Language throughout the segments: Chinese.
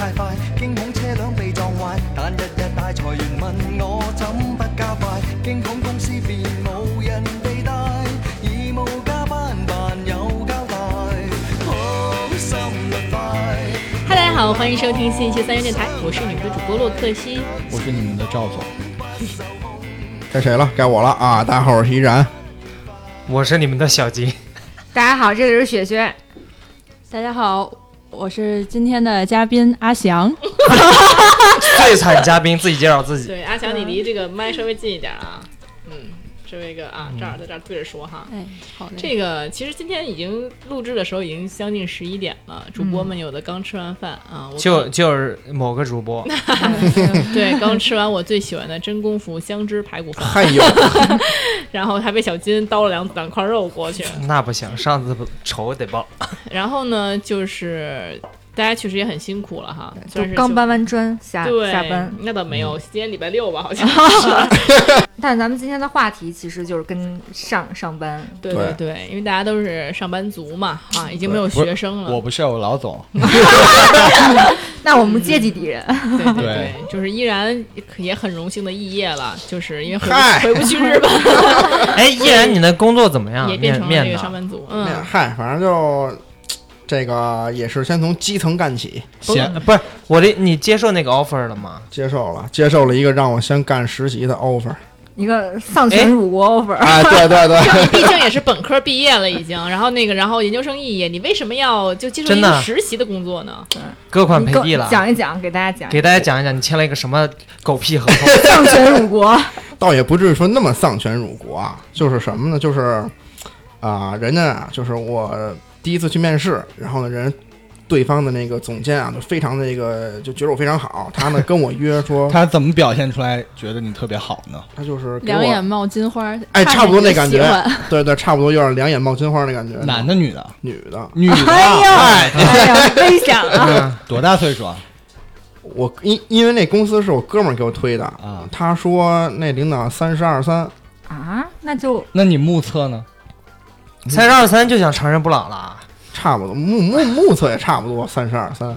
驚恐車輛被撞壞，但日日大財員問我怎不加快，驚恐公司便冇人地帶，義務加班但有交代，好心率快。嗨，大家好，欢迎收听新一期三元电台，我是你们的主播洛克西。我是你们的赵总。该谁了？该我了啊！大家好，我是依然。我是你们的 小吉，大家好，这里是雪雪。大家好，我是今天的嘉宾阿翔。最惨嘉宾，自己介绍 自己。对，阿强，你离这个麦稍微近一点啊。嗯，这位个啊，这儿在这儿对着说哈。哎，好嘞。这个其实今天已经录制的时候已经将近十一点了，主播们有的刚吃完饭啊，我就就是某个主播， 对刚吃完我最喜欢的真功夫香汁排骨 饭，还 有，然后还被小金叨了两两块肉过去，那不行，上次不仇得 报。然后呢就是大家确实也很辛苦了哈，就算是刚就搬完砖下对下班，嗯那倒没有，今天礼拜六吧好像。但是咱们今天的话题其实就是跟上上班，对对对，因为大家都是上班族嘛，啊，已经没有不是学生了。我不是我老总，那我们阶级敌人，对对对，就是依然也很荣幸的肄业了，就是因为回不回不去日本，哎，依然，你的工作怎么样？也变 面成了这面个上的，班族。嗯，嗨，反正就这个也是先从基层干起，闲不是我的，你接受那个 offer 了吗？接受了，接受了一个让我先干实习的 offer。 一个丧权辱国 offer。哎，对对对，你毕竟 也是本科毕业了已经，然后那个，然后研究生肄业，你为什么要就接受一真个的实习的工作呢？割款你赔跟地了，讲一讲，给大家讲给大家讲一讲，你签了一个什么狗屁合同？ 丧权辱国，倒也不至于说那么丧权辱国啊，就是什么呢？就是啊、人家啊，就是我第一次去面试，然后呢，人对方的那个总监啊，就非常那个，就觉得我非常好，他呢跟我约说，他怎么表现出来觉得你特别好呢？他就是给两眼我，冒金花，哎差不多那看着感觉就喜欢对对，差不多有点两眼冒金花的感觉。男的、女的？女的，女的啊。 哎呦，哎呀，危险了！嗯 多大岁数啊？我因因为那公司是我哥们儿给我推的啊他说那领导三十二三，啊，那就那你目测呢？三十二三就想长生不老 啊了？差不多目目目测也差不多三十二三，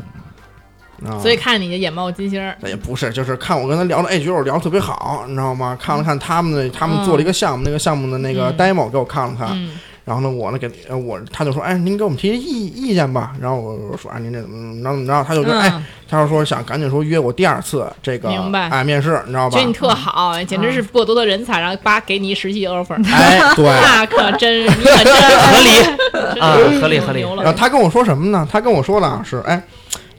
啊，所以看你就眼冒金星儿，那也不是，就是看我跟他聊的，哎，觉得我聊得特别好，你知道吗？看了看他们的，他们做了一个项目，那个项目的那个嗯 demo 给我看了看，啊嗯，然后呢，我呢给呃我他就说，哎，您给我们提提意意见吧。然后我我说，啊，您这怎么怎么着怎么着？他就说，哎，嗯，他就说想赶紧说约我第二次这个明白哎面试，你知道吧觉得？你特好，啊简直是过多的人才，然后叭给你一实习 offer， 哎，对，那可真是你可真合理 真是啊，合理合理。牛了然后他跟我说什么呢？他跟我说的啊是，哎，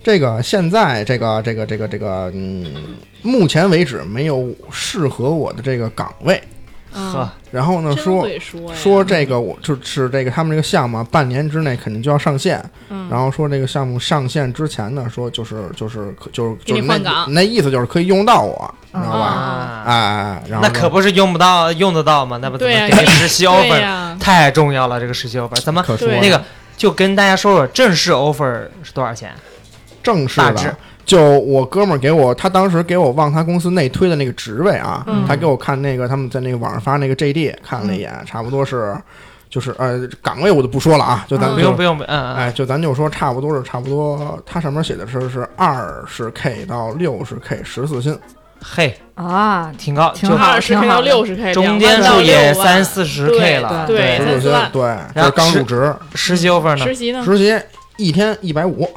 这个现在这个这个这个这个，嗯，目前为止没有适合我的这个岗位。嗯，然后呢，真说会说呀说这个我就是这个他们这个项目啊半年之内肯定就要上线，嗯然后说这个项目上线之前呢，说就是就是可就是给就你是那换岗嗯那意思就是可以用到我，你知道吧？啊哎，哎，哎然后那可呢不是用不到，用得到吗？那不怎么对呀啊给你实习对啊 offer？呀，太重要了，这个实习 offer 咱们可说对那个就跟大家说说正式 offer 是多少钱？正式大致的。就我哥们儿给我，他当时给我往他公司内推的那个职位啊，嗯他给我看那个他们在那个网上发那个 JD 看了一眼，嗯差不多是，就是呃岗位我就不说了啊，就咱嗯就不用不用，嗯嗯，哎，就咱就说差不多是差不多，它上面写的是是二十 K 到六十 K 十四薪，嘿，啊，挺高，挺就好二十 K 到六十 K，中间数也三四十对 K 了，对十三四哎四薪万，对，这然后嗯是刚是入职，实习 offer 呢实？习呢？实习一天一百 五，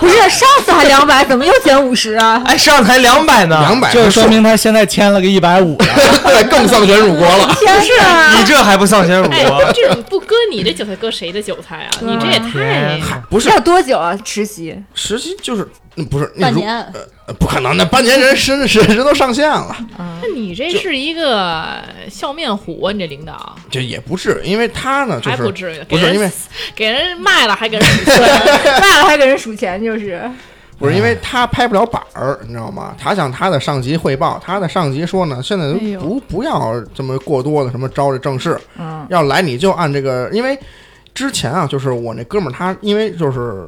不是上次还两百，怎么又减五十啊？哎，上才两百呢，两百，这说明他现在签了个一百五的。对更丧权辱国了。天啊！ 你这还不丧心辱哎国？，这种不割你这韭菜，割谁的韭菜啊？你这也太天 不是要多久啊？实 习实习就是嗯不是那半如年。呃不可能，那半年人身身人都上线了，那你这是一个笑面虎啊！你这领导就也不至于，因为他呢就还是不至于，不给是人因为给人卖了还给人卖了还给人数钱，就是不是因为他拍不了板儿，你知道吗？他向他的上级汇报，他的上级说呢，现在都哎呦不不要这么过多的什么招这正事，嗯，要来你就按这个，因为之前啊，就是我那哥们儿他，因为就是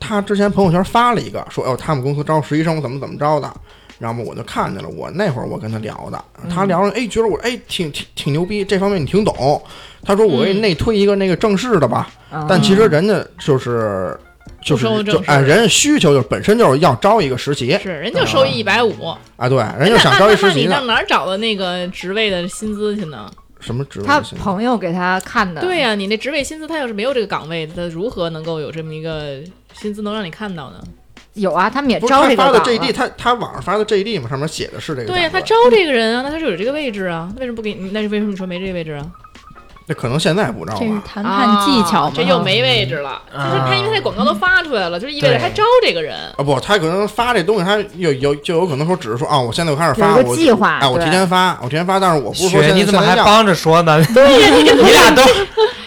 他之前朋友圈发了一个说，哦，他们公司招实习生怎么怎么着的，然后嘛我就看见了，我那会儿我跟他聊的，嗯他聊了，哎，觉得我哎挺挺挺牛逼，这方面你挺嗯嗯懂，他说我给你内推一个那个正式的吧，但其实人家就是。就是不收就正式哎，人家需求就是本身就是要招一个实习是人就收一百五，哎啊，对，人那就想那招一那实习你的上，哪儿找的那个职位的薪资去呢？什么职位他薪资？朋友给他看的，对呀、你那职位薪资他要是没有这个岗位，他如何能够有这么一个薪资能让你看到呢？有啊，他们也不是招他这个发的岗啊 JD，了他他网上发的 JD 嘛，上面写的是这个价格。对呀、他招这个人啊，那他就有这个位置啊，为什么不给你？那是为什么你说没这个位置啊？那可能现在不招这是吧？谈判技巧啊嘛？这又没位置了。嗯就是他，因为他这广告都发出来了，就是意味着对他招这个人。啊不，他可能发这东西，他有有就有可能说只是说啊，我现在我开始发，有一个我计划哎，我对提前发，我提前发，但是我不是说雪，现在你怎么还现在要帮着说呢？对呀，你这你 俩都，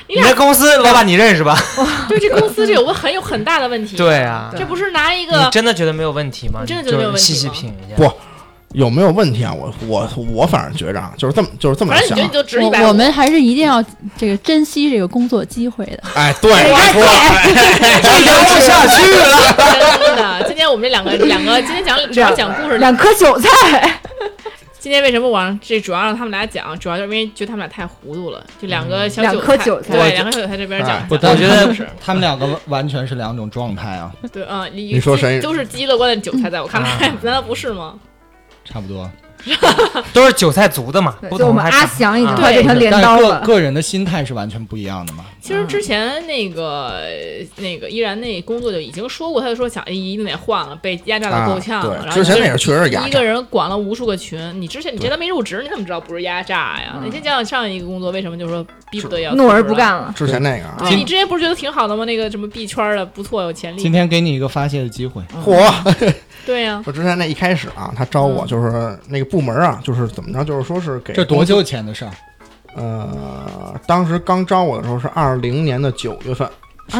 你的公司老板你认识吧？对这公司这有个很有很大的问题。，对啊，这不是拿一你个真的觉得没有问题吗？你真的觉得没有问题就细细吗品一下。不有没有问题啊？我我我反正觉着啊，就是这么就是这么反正你想觉得，你就值一百我我们还是一定要这个珍惜这个工作机会的。哎，对，没错，聊不下去了。真的，今天我们这两个两个，今天讲主要讲故事。两颗韭菜，今天为什么我让这主要让他们俩讲，主要就是因为觉得他们俩太糊涂了，就两个小两韭颗韭菜对，两个韭菜这边讲哎。不讲但觉是得他们他们两个完全是两种状态啊，对啊，你你说谁都是极乐观的韭菜，在我看来，难道不是吗？差不多。都是韭菜族的嘛，不就我同们还阿长翔已经啊快变成镰但是刀个了，个人的心态是完全不一样的嘛。其实之嗯前那个那个依然那工作就已经说过，他就说想哎一定得换了，被压榨的够呛了。啊、然后对，之前那就个确实是压一榨个，人管了无数个群，你之前你觉得没入职，你怎么知道不是压榨呀？嗯你先讲讲上一个工作为什么就说逼不得要嗯怒而辞职不了。干嗯了。之前那个啊，对你之前不是觉得挺好的吗？那个什么币圈的不错，有潜今力。天给你一个发泄的机会，嚯！对呀、说之前那一开始啊，他招我就是那个部门啊，就是怎么着，就是说是给这多？久以前的事儿？呃，当时刚招我的时候是二零年的九月份，啊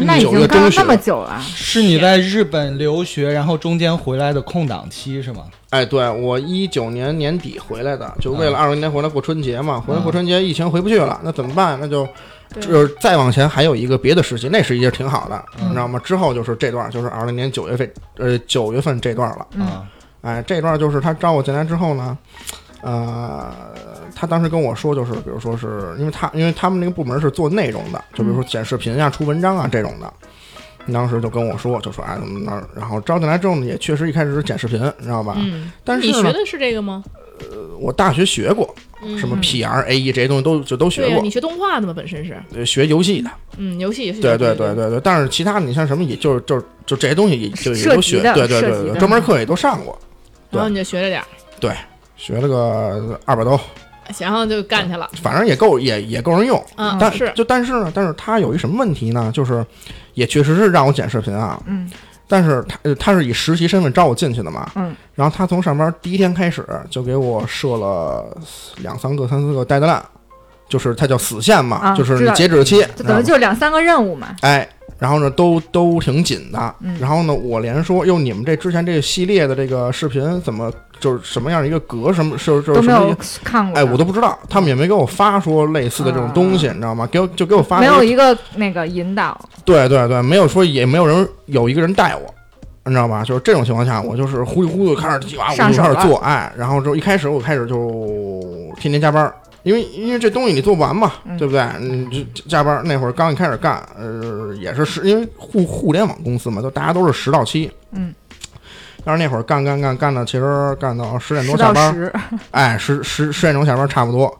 是，那已九月经干了中旬那。么久了，啊是你在日本留学，然后中间回来的空档期是吗？哎，对我一九年年底回来的，就为了二零年回来过春节嘛。回来过春节，疫情回不去了，那怎么办？那就对就是再往前还有一个别的实习，那实习是挺好的，嗯你知道吗？之后就是这段，就是二零年九月份，呃，九月份这段了。嗯啊，哎，这段就是他招我进来之后呢，呃，他当时跟我说，就是比如说是因为他因为他们那个部门是做内容的，就比如说剪视频啊、出文章啊这种的。当时就跟我说，就说哎怎么那，然后招进来之后呢，也确实一开始是剪视频，你知道吧？嗯，啊但你是学呢，的是这个吗？我大学学过嗯什么 PR、AE E 这些东西都就都学对呀、过你，学动画的嘛，本身是，呃学游戏的，嗯，游戏也是。对对对。对对。但是其他你像什么，也就是就就这些东西也就也涉都及学，的对对涉对及对的对，专门课也都上过，然后你就学着点儿，学了个二百多，然后就干去了。反正也够也也够人用。嗯，但是就但是呢，但是他有一什么问题呢？就是也确实是让我剪视频啊，嗯，但是他呃他是以实习身份招我进去的嘛，嗯，然后他从上班第一天开始就给我设了两三个、三四个 deadline，就是他叫死线嘛，啊就是知你道截止期，知就等于道吗就两三个任务嘛，哎。然后呢，都都挺紧的。嗯然后呢，我连说，哟，你们这之前这个系列的这个视频怎么就是什么样的一个格，什么就是就是都什没么有一个，看过。哎，我都不知道，他们也没给我发说类似的这种东西，你知道吗？给我就给我发嗯没了一个有一个那个引导，对对对，没有说也没有人有一个人带我，你知道吧？就是这种情况下，我就是忽悠忽悠开始叽哇，我上就手开始了做，哎，然后之后一开始我开始就天天加班儿。因为因为这东西你做不完嘛，嗯对不对？你这加班儿那会儿刚一开始干，呃，也是是因为互互联网公司嘛，就大家都是十到七，嗯。但是那会儿干干干干到其实干到十点十多下到班儿，十，哎，十十十点钟下班差不多。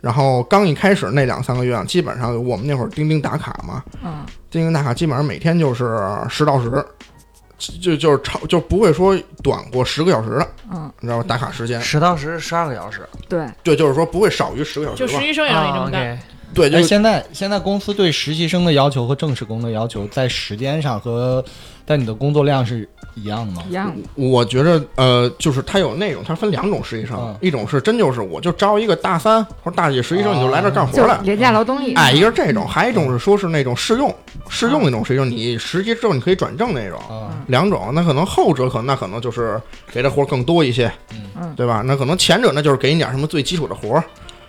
然后刚一开始那两三个月啊，基本上我们那会儿钉钉打卡嘛，嗯，钉钉打卡基本上每天就是十到十，就就是超就不会说短过十个小时的，嗯，你知道吧？打卡时间，十到十十二个小时，啊对，对，就是说不会少于十个小就时实吧？习生也让你这啊么干。对，就哎，是现在现在公司对实习生的要求和正式工的要求，在时间上和在你的工作量是一样的吗一？样的。我觉着呃，就是它有那种，它分两种实习生，嗯一种是真就是我就招一个大三或者大几实习生，哦你就来这儿干活就来。廉价劳动力，哎，一个是这嗯种，还有一种是说是那种试用，试用那种实习生，你实习之后你可以转正那种。啊，两种，那可能后者可能那可能就是给的活儿更多一些，嗯对吧？那可能前者那就是给你点儿什么最基础的活儿，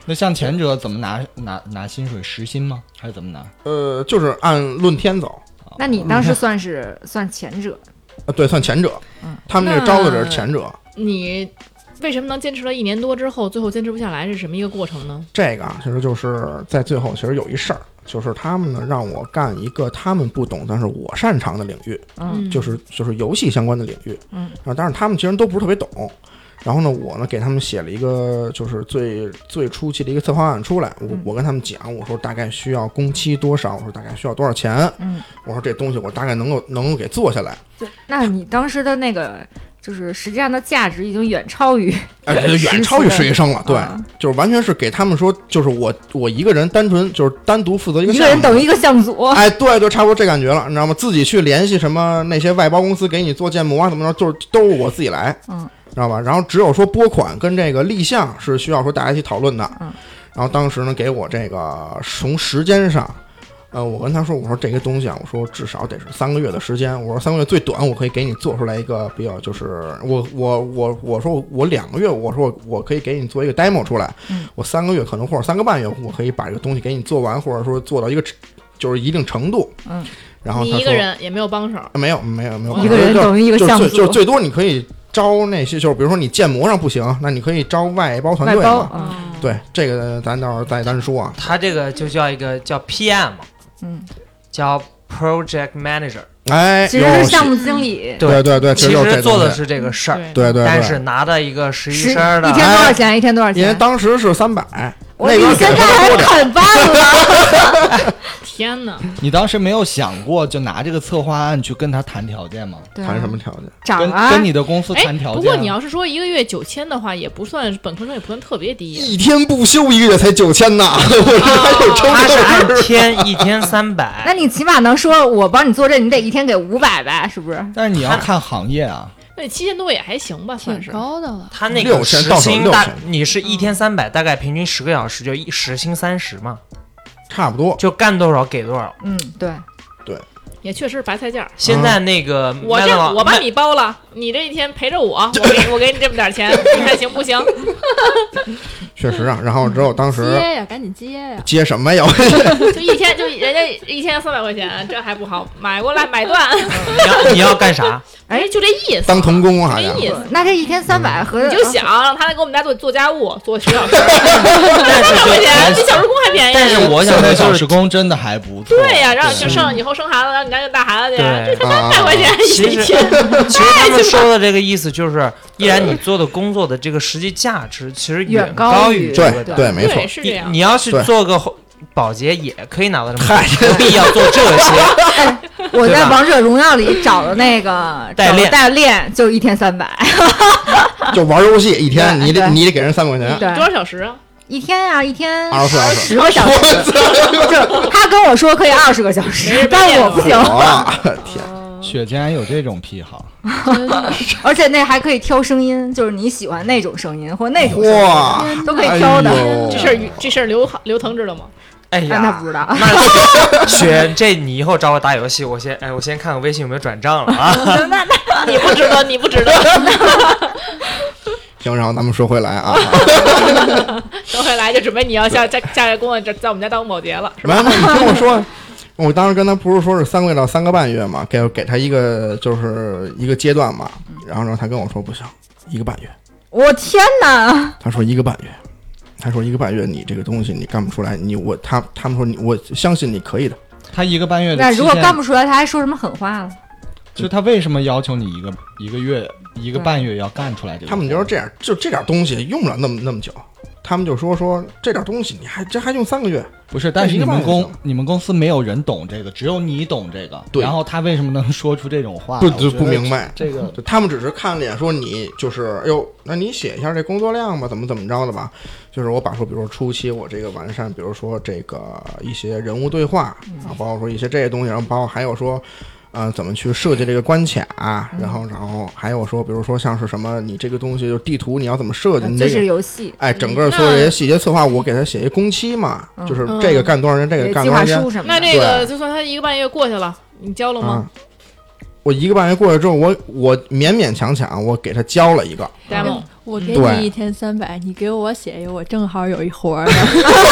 那像前者怎么拿拿拿薪水？时薪吗？还是怎么拿？呃，就是按论天走，那你当嗯时算是算前者，呃，对，算前者嗯，他们这招的人是前者。你为什么能坚持了一年多之后，最后坚持不下来是什么一个过程呢？这个啊，其实就是在最后，其实有一事儿，就是他们呢让我干一个他们不懂但是我擅长的领域，嗯就是就是游戏相关的领域。嗯，然后但是他们其实都不是特别懂。然后呢，我呢给他们写了一个就是最最初期的一个策划案出来，我嗯我跟他们讲，我说大概需要工期多少，我说大概需要多少钱，嗯，我说这东西我大概能够能够给做下来，那你当时的那个就是实际上的价值已经远超于哎，远远超于实实习习生了，对，啊就是完全是给他们说，就是我我一个人单纯就是单独负责一个一项个目，人等于一个项组，哎，对，就差不多这感觉了，你知道吗？自己去联系什么那些外包公司给你做建模啊，怎么着，就是都是我自己来，嗯，知道吧？然后只有说拨款跟这个立项是需要说大家一起讨论的，嗯。然后当时呢，给我这个从时间上，呃，我跟他说，我说这个东西啊，我说至少得是三个月的时间，我说三个月最短，我可以给你做出来一个比较，就是我我我我说我两个月，我说我我可以给你做一个 demo 出来，嗯我三个月可能或者三个半月，我可以把这个东西给你做完，或者说做到一个就是一定程度，嗯，然后你他一个说人也没有帮手，没有没有没有哦一个人等于一个就项是最，组就是最多你可以招那些，就是比如说你建模上不行，那你可以招外包团外队包嘛。嗯啊，对，这个咱到时候再单说啊。他这个就叫一个叫 PM，嗯，叫 Project Manager，哎，其实有是戏项目经理，对对对，其实就是实这做东的西是这个事儿，对，对对对，但是拿到一个实十习一生儿的天多少钱？一天多少因为钱？当时是三百，我那你个现在还很棒了，天哪，你当时没有想过就拿这个策划案去跟他谈条件吗？对啊谈什么条件？涨跟啊？跟你的公司哎谈，条不件啊？过你要是说一个月九千的话，也不算本科生，也不算特别低。一天不休，一个月才九千呐， 我这还有抽啊他是按成。天，一天三百。 那你起码能说，我帮你做这，你得一天给五百吧？是不是？但是你要看行业啊，那你七千多也还行吧，算挺是。高的了。他那六个千时到手薪六大千，你是一天三百，大概平均十个小时就一时薪三十嘛，差不多，就干多少给多少。嗯，对，也确实是白菜价儿。嗯现在那个我麦这当劳我麦把你包了，你这一天陪着我，我给我 给你这么点 钱，你看行不行？确实啊。然后之后当时接呀，赶紧接呀！接什么呀？ 就一天就人家一天三百块钱，这还不好，买过来买断，你要你要干啥？哎，就这意思，当童工啊，好没像意思。那这一天三百和呃你就想让他来给我们家做做家务，做学小时，但三是百块钱比就小时工还便宜。但是我想现在的小就时是，工真的还不错。啊对呀、然后就生以后生孩子，让你家就带孩子去，对这他妈啊三百块钱其一实天，其实他们说的这个意思呃就是，依然你做的工作的这个实际价值其实远高于这个对的。对，没错对，。是这你样你。要去对做个后保洁也可以拿到这么多，何必要做这 些？哎我对在吧王者荣耀里找的那个代找的练代练，就一天三百，就玩游戏一天，对你得对你得给人三百块钱，对多，少小时啊？一天呀，一天二十四小时十个小时， 就是他跟我说可以二十个小时，但我不行，啊，天，雪竟然有这种癖好，而且那还可以挑声音，就是你喜欢那种声音或那种声音 哇！都可以挑的哎呦这事儿这事儿刘刘腾知道吗？哎那他呀不，知道， 那雪雪，这你以后找我打游戏，我先哎，我先看看微信有没有转账了啊。你不知道，你不知道。 行，然后咱们说回来啊，等会来就准备你要下下下个工作，这在我们家当保洁了，是没吧？有，没有你听我说，啊我当时跟他不是说是三个月到三个半月嘛，给给他一个就是一个阶段嘛，嗯然后然后他跟我说不行，一个半月，我天哪，他说一个半月，他说一个半月你这个东西你干不出来，你我他他们说你我相信你可以的，他一个半月的那期如果限干不出来，他还说什么狠话了？就他为什么要求你一个一个月一个半月要干出来这个活？他们就说这样，就这点东西用不了那么那么久，他们就说说这点东西你还这还用三个月，不是，但是一个你们半月就公你们公司没有人懂这个，只有你懂这个。对然后他为什么能说出这种话？不我觉得不明白这个。就他们只是看脸说你就是，哎呦，那你写一下这工作量吧，怎么怎么着的吧？就是我把说，比如说初期我这个完善，比如说这个一些人物对话嗯啊，包括说一些这些东西，然后包括还有说。呃，怎么去设计这个关卡、然嗯后，然后还有说，比如说像是什么，你这个东西就地图你要怎么设计？你啊这这是个，游戏，哎，整个所有这些细节策划，我给他写一工期嘛，嗯就是这个干多长时间，这有个干呃计多划长时间书。什么那这的。个就算他一个半月过去了，你交了啊吗、我一个半月过去之后，我我勉勉强强我给他交了一个， ？demo，我嗯给对你一天三百，你给我写一个，我正好有一活儿呢。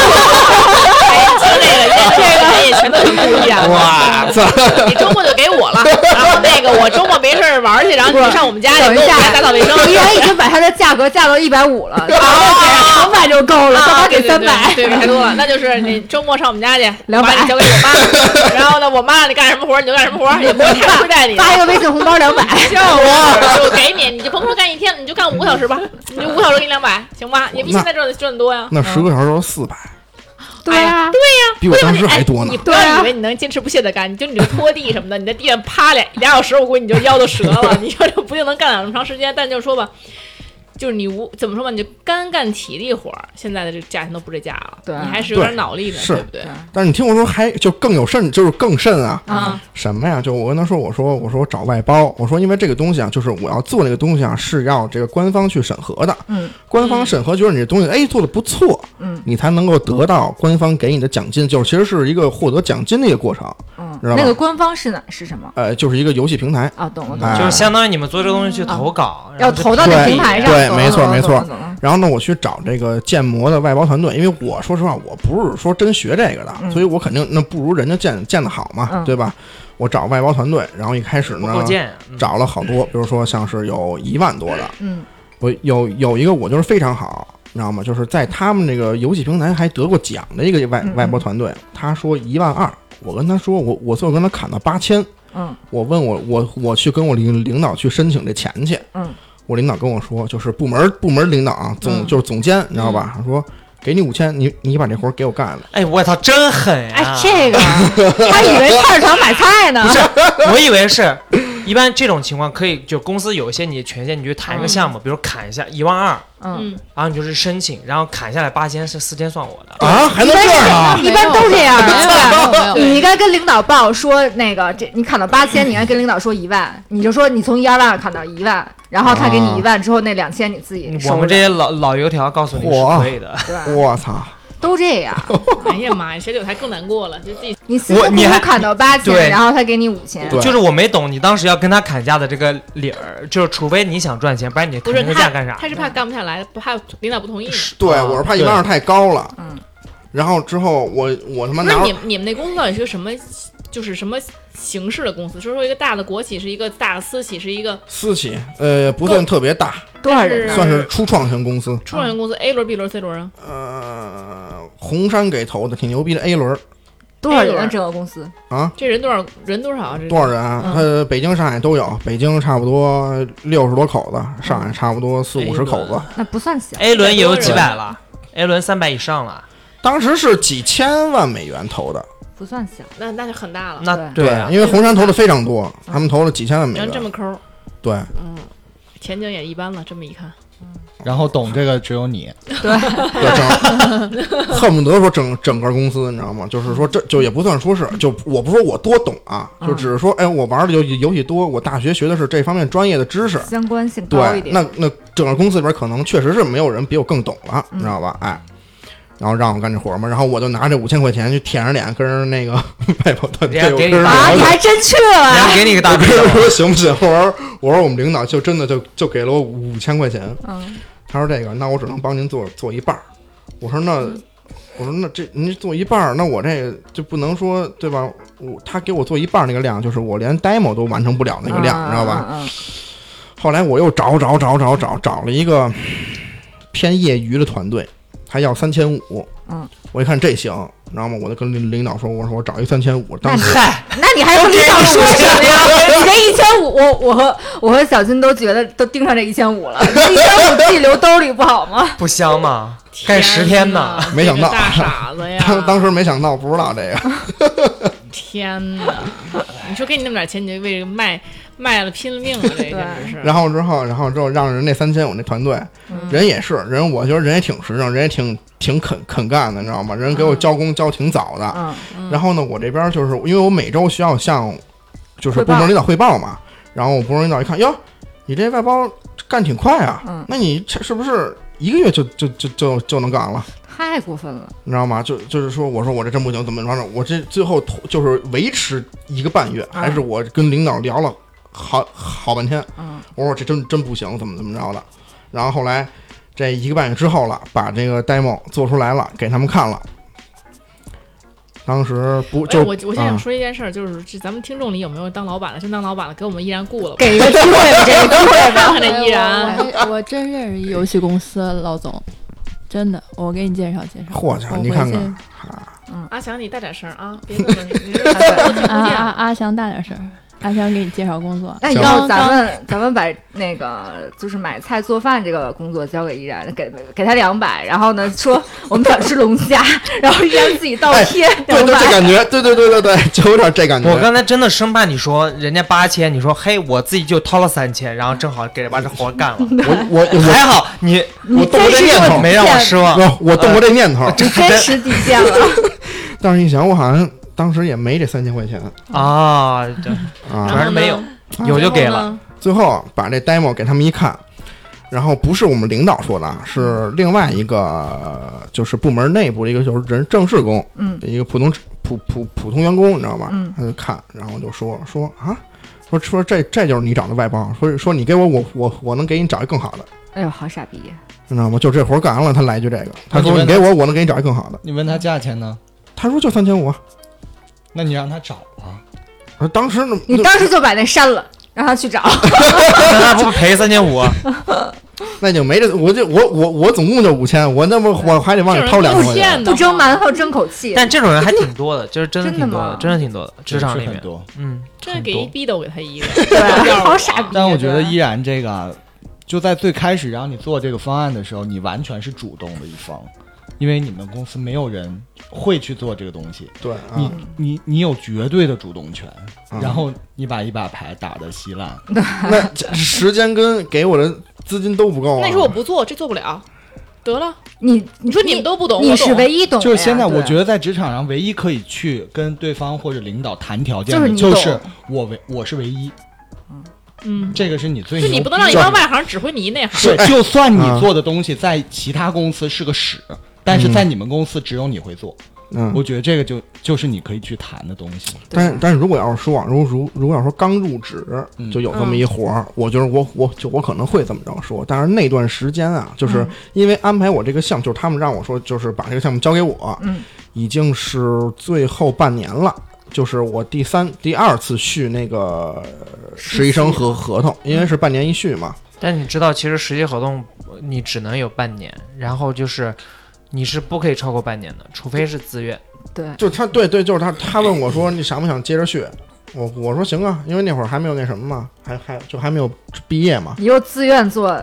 哎，就这个这这个也全都是不一样的。哇塞！你周末就给我了，然后那个我周末没事儿玩儿去，然后你上我们家等里一给我们家下打扫卫生。依然已 经把它的价格降到一百五了，然后给两百就够了，刚啊，好对给对三对百。对，太 多了。那就是你周末上我们家去， 200把你交给我 妈，然后呢，我妈让你干什么活儿你就干什么活儿，也不会太亏待你的。发一个微信红包 两百，笑我，就给你，你就甭说干一天了，你就干五个小时吧，你就五个小时给你两百，行吧？也比现在赚的赚的多呀。那十个小时都四百，对啊，比我当时还多呢你。不啊要以为你能坚持不懈的干，你就你这拖地什么的，你在地上趴俩俩小时，我估计你就腰都折了。 你说这不定能干了那么长时间，但就是说吧，就是你无怎么说吧，你就干干体力活儿，现在的这价钱都不这价了，对啊你还是有点脑力的，对对不对？但是你听我说，还就更有甚，就是更甚啊！啊，什么呀？就我跟他说，我说我说我找外包，我说因为这个东西啊，就是我要做这个东西啊，是要这个官方去审核的。嗯，官方审核觉得你这东西哎做的不错，嗯，你才能够得到官方给你的奖金，就是其实是一个获得奖金的一个过程。嗯，知道吧那个官方是哪是什么？呃，就是一个游戏平台。啊，懂了懂哎了，就是相当于你们做这个东西去投稿，然嗯要后就投到那对平台上。对懂了没错懂了没错懂了懂了然后呢，我去找这个建模的外包团队，因为我说实话，我不是说真学这个的，嗯所以我肯定那不如人家建建的好嘛，嗯对吧？我找外包团队，然后一开始不呢构，建，嗯找了好多，比如说像是有一万多的，嗯，我有有一个我就是非常好，你知道吗？就是在他们这个游戏平台还得过奖的一个外嗯嗯外包团队，他说一万二，我跟他说我我最后跟他砍到八千，嗯，我问我我我去跟我领领导去申请这钱去，嗯，我领导跟我说就是部门部门领导啊，总、嗯就是总监，你知道吧？他说给你五千，你你把这活儿给我干了，哎，我操，真狠呀！哎，这个他以为菜市场买菜呢，我以为是，一般这种情况可以，就公司有一些你的权限，你去谈一个项目，比如砍一下一万二，嗯，嗯，然后你就是申请，然后砍下来八千是四千算我的。啊，还能这样啊？一般都这样 没有没哦有没有你应该跟领导报说那个，这你砍到八千，你应该跟领导说一万，你就说你从一二万砍到一万，然后他给你一万之后那两千你自己收着。我们这些哦老老油条告诉你是嚯可以的，对吧我操！都这样，哎呀妈呀，谁九台更难过了，就自己你死死我你活活还砍到八对千，然后他给你五千。对就是我没懂你当时要跟他砍价的这个理儿，就是除非你想赚钱，不然你不砍是这个价他干啥？他是怕干不下来，不怕领导不同意。对，啊我是怕一万二太高了。嗯。然后之后我我他妈拿那你们你们那公司到底是个什么？就是什么形式的公司？就是说一个大的国企，是一个大的私企，是一个私企，呃，不算特别大，多少但人呢？算是初创型公司。创业公司 A 轮、B 轮、C 轮啊？呃，红杉给投的，挺牛逼的 A 轮儿多少人哎啊？呦整个公司啊，这人多少人多少啊？这多少人啊？呃，北京、上海都有，北京差不多六十多口子，上海差不多四五十口子。那不算小， A 轮也有几百了，A 轮三百以上了，啊当时是几千万美元投的，不算小。那那就很大了。那对啊，因为红杉投的非常多，嗯他们投了几千万美然后这元。么抠儿， 对，嗯，前景也一般了。这么一看，然后懂这个只有你，对，整 恨不得说整整个公司，你知道吗？就是说这就也不算说嗯是，就我不说我多懂啊，就只是说，哎，我玩的游戏游戏多，我大学学的是这方面专业的知识。相关性高一对，点。那那整个公司里边可能确实是没有人比我更懂了，嗯你知道吧？哎。然后让我干这活嘛，然后我就拿这五千块钱去舔着脸跟人那个 外包团队，人家我跟给你人啊，聊你去，还真去了？啊然后给你一个大我逼跟 人说行不行？我说我说我们领导就真的就就给了我五千块钱，嗯，他说这个，那我只能帮您做做一半儿。我说那，我说那这您做一半儿，那我这个就不能说对吧？我他给我做一半儿那个量，就是我连 demo 都完成不了那个量，你知道吧？嗯？嗯嗯后来我又找找找找找找了一个偏业余的团队，他要三千五。嗯，我一看这行，你知道吗？我就跟领领导说，我说我找一三千五，当时嗨，那你还跟领导说什么呀？你这一千五，我我和我和小军都觉得都盯上这一千五了，这一千五自己留兜里不好吗？不香吗？干十天呢呐，，没想到这个大傻子呀！当当时没想到，不知道这个。天呐，你说给你那么点钱，你就为这个卖卖了拼了命了，这简直是。然后之后，然后之后让人那三千我那团队，嗯人也是人，我觉得人也挺实诚，人也挺挺肯肯干的，你知道吗？人给我交工交挺早的。嗯，然后呢，我这边就是因为我每周需要向就是汇部报门领导汇报嘛，然后我部门领导一看，哟，你这外包干挺快啊嗯，那你这是不是一个月就就就就就能干了？太过分了。你知道吗？就就是说，我说我这真不行，怎么着呢？我这最后拖就是维持一个半月，啊还是我跟领导聊了好好半天。嗯 我说我这真真不行，怎么怎么着的。然后后来这一个半月之后了，把这个 demo 做出来了，给他们看了。当时不哎，就我我现在想啊说一件事儿，就是这咱们听众里有没有当老板的？真当老板了，给我们依然雇了吧，给一个机会吧，这个机会吧。哎看看这依然。哎我我还我真认识一游戏公司老总，真的，我给你介绍介绍。嚯家伙，你看看，阿强，你大点声啊， 别那么，你这我 听不啊啊啊见。阿翔大点声儿，阿翔给你介绍工作。那以后咱们咱们把那个就是买菜做饭这个工作交给依然，给给他两百，然后呢说我们想吃龙虾， 然后依然自己倒贴哎啊对两对，这百。感觉，对对对对对，就有点这感觉。我刚才真的生怕你说人家八千，你说嘿，我自己就掏了三千，然后正好给把这活 干了。我我还好你我动过这念头，没让我失望。我我动过这念头，啊你真实底线 了，但是一想，我好像当时也没这三千块钱啊，对，主啊。要是没有，有就给了。最后把这 demo 给他们一看，然后不是我们领导说的啊，是另外一个就是部门内部的一个就是人正式工，嗯，一个普通普普普通员工，你知道吧？嗯他就看，然后就说说啊。说说这这就是你找的外包，说说你给我我我我能给你找一更好的，哎呦，好傻逼！你知道吗？就这活干完了，他来一句这个，他那说你你问给我我能给你找一更好的，你问他价钱呢？他说就三千五，那你让他找啊。我当时那你当时就把那删了，让他去找。那不赔三千 五？啊那就没这，我就我我我总共就五千，我那不我还得往这里掏两千路块啊钱。线的不话蒸馒头争口气，但这种人还挺多的，就是真的挺多的，真真的挺多的，职场是里很面，多，嗯，真的给很一多逼都给他一个。对，啊好傻逼。但我觉得对依然这个啊，就在最开始让你做这个方案的时候，你完全是主动的一方，因为你们公司没有人会去做这个东西，对，啊你你你有绝对的主动权，嗯然后你把一把牌打得稀烂，那这时间跟给我的资金都不够啊。那你说我不做，这做不了，得了，你，你说你们都不懂，你我是懂。唯一懂哦哎的呀，就是现在，我对觉得在职场上唯一可以去跟对方或者领导谈条件就的，是你就懂是我唯我是唯一，嗯，这个是你最就你牛不能让逼一的帮外行指挥你一内行。对，就算啊你做的东西在其他公司是个屎，但是在你们公司只有你会做。嗯，我觉得这个就就是你可以去谈的东西。但但是如果要是说啊，如如如果要说刚入职嗯就有这么一活儿，我觉得我我就我可能会这么着说。但是那段时间啊，就是因为安排我这个项目，就是他们让我说，就是把这个项目交给我，嗯，已经是最后半年了。就是我第三第二次续那个实习生合合同，因为是半年一续嘛，但你知道，其实实习合同呃你只能有半年，然后就是你是不可以超过半年的，除非是自愿。对，就他，对对，就是他，他问我说你想不想接着续？我我说行啊，因为那会儿还没有那什么嘛，还还就还没有毕业嘛。你又自愿做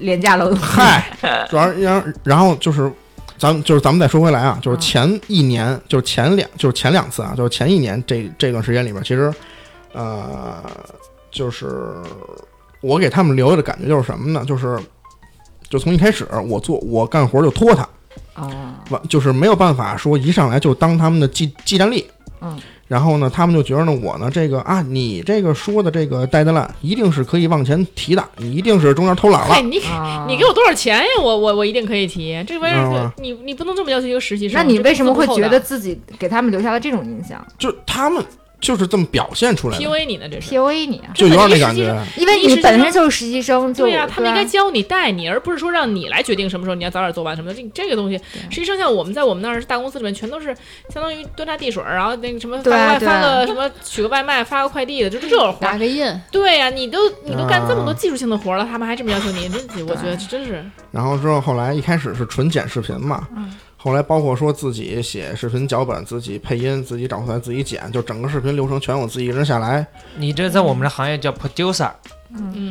廉价劳动，嗨， 主要然后然后就是，咱们就是咱们再说回来啊，就是前一年，就是前两，就是前两次啊，就是前一年这这段时间里边，其实，呃，就是我给他们留下的感觉就是什么呢？就是就从一开始我做我干活就拖沓，哦，完就是没有办法说一上来就当他们的技技战力。嗯，然后呢，他们就觉得呢，我呢这个啊，你这个说的这个 deadline 一定是可以往前提的，你一定是中间偷懒嗨，了。你啊你给我多少钱呀？我我我一定可以提。这玩意知道儿吗是，你你不能这么要求一个实习生。那你为什么会觉这得自己给他们留下了这种印象就他们就是这么表现出来的， PUA 你呢？这是。 ？PUA 你啊？就有点那感这觉。因为你本身就是实习生， 就对呀、他们应该对啊教你带你，而不是说让你来决定什么时候你要早点做完什么的。这这个东西，实际上像我们在我们那儿大公司里面，全都是相当于端茶递水儿，然后那个什么发对啊个外对发个什么取个外卖、发个快递的，就是这种活打儿。个印，对呀、你都你都干这么多啊技术性的活儿了，他们还这么要求你，真我觉得这真是然后之后后来一开始是纯剪视频嘛，后来包括说自己写视频脚本、自己配音、自己找素材、自己剪，就整个视频流程全我自己一人下来你这在我们这行业叫 producer，啊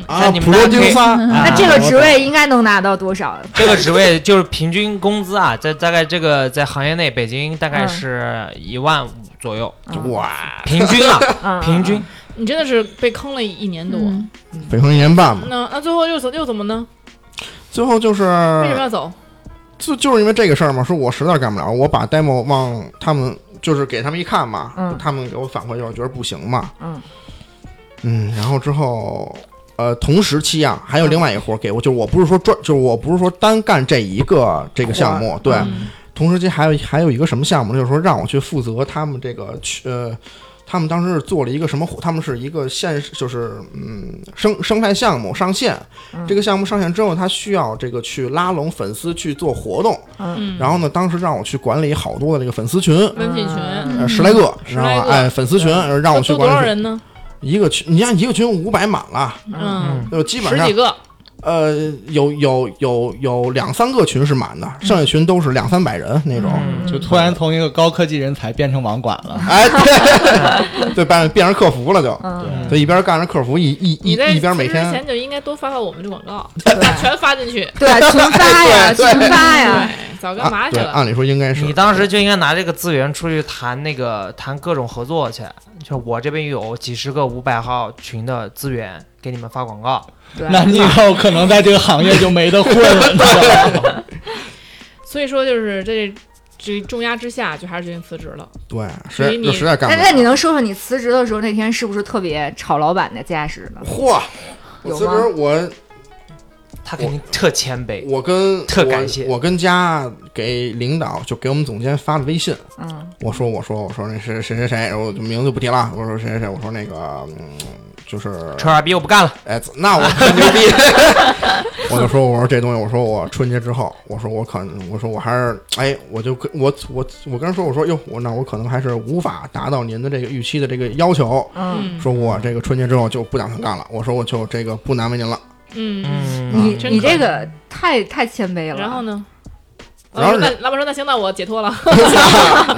那你们那可以 producer 那啊这个职位应该能拿到多少？这个职位就是平均工资啊，在大概这个在行业内，北京大概是一万五左右，嗯哇，平均啊，啊， 平均。你真的是被坑了一年多。嗯，北方一年半嘛，那那最后又怎又怎么呢？最后就是为什么要走？就就是因为这个事儿嘛，说我实在干不了，我把 demo 往他们就是给他们一看嘛，嗯他们给我反馈就是觉得不行嘛，嗯嗯，然后之后呃同时期啊，还有另外一个活儿给我，就是我不是说专，就是我不是说单干这一个这个项目，对，嗯同时期还有还有一个什么项目，就是说让我去负责他们这个去呃他们当时是做了一个什么活？他们是一个线，就是嗯生生态项目上线。嗯这个项目上线之后，他需要这个去拉拢粉丝去做活动。嗯，然后呢，当时让我去管理好多的这个粉丝群，温品群，呃十来个，嗯十然来后个哎粉丝群呃让我去都多少管理。人呢？一个群，你像一个群五百满了，嗯，就基本十上几个，呃有有有有两三个群是满的，剩下群都是两三百人那嗯嗯种。就突然从一个高科技人才变成网管了。哎，对， 对，变变成客服了就，嗯就一边干着客服，一一一你在一边每辞职天前就应该多发发我们的广告，对啊把全发进 去。对，啊群发呀，对对群发哎呀，对，早干啊，嘛去对，了？按理说应该是你当时就应该拿这个资源出去谈那个谈各种合作去，就我这边有几十个五百号群的资源给你们发广告，对，啊那你以后可能在这个行业就没得混了你知道吗。所以说就是这这重压之下，就还是决定辞职了。对，所以实你就实 在干那不哎那你了。能说说你辞职的时候那天是不是特别吵老板的架势呢？嚯！我有辞吗职，我他肯定特谦卑。我 跟特我感谢我跟家给领导就给我们总监发的微信，嗯，我说我说我说那谁谁谁谁，我就名字不提了，我说谁谁谁，我说那个嗯，就是臭傻逼，我不干 了。哎，那我很牛逼。 我就说，我说这东西，我说我春节之后，我说我可能，我说我还是，哎，我就跟我我我跟他说，我说哟，我那我可能还是无法达到您的这个预期的这个要求。嗯，嗯说我这个春节之后就不打算干了，我说我就这个不难为您 了。嗯， 嗯，你真你可这个太太谦卑了。然后呢？嗯然老后板说人那老板说那行，那我解脱了。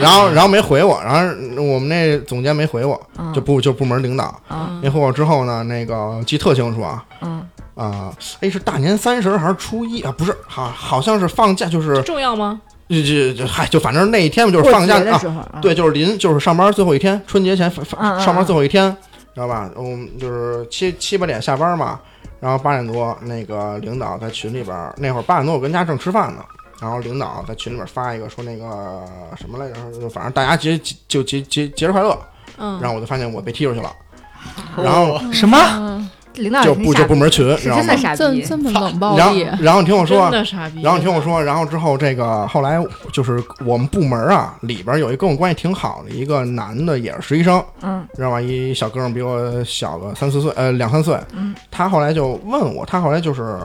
然后然后没回我，然后我们那总监没回我，嗯就部就部门领导嗯没回我之后呢，那个记特清楚啊嗯，啊，哎是大年三十儿还是初一啊？不是，好好像是放假，就是重要吗？就就就嗨，就反正那一天就是过放假节的啊时，候，啊对，，就是临就是上班最后一天，春节前放嗯嗯放上班最后一天，知道吧？嗯，就是七七八点下班嘛，然后八点多那个领导在群里边儿，那会儿八点多我跟家正吃饭呢，然后领导在群里边儿发一个说那个什么来着，就反正大家节节就节节节日快乐，嗯，然后我就发现我被踢出去了， 哦然后什么？领导也就挺部傻就部逼门群，你是知道真吗的？傻这逼，嗯这么冷暴然后力，然后你听我说真，的傻逼。然后你听我说，然后之后这个后来就是我们部门啊里边有一跟我关系挺好的一个男的，也是实习生，嗯知道吧？一小哥们儿比我小个三四岁，呃，两三岁。嗯他后来就问我，他后来就是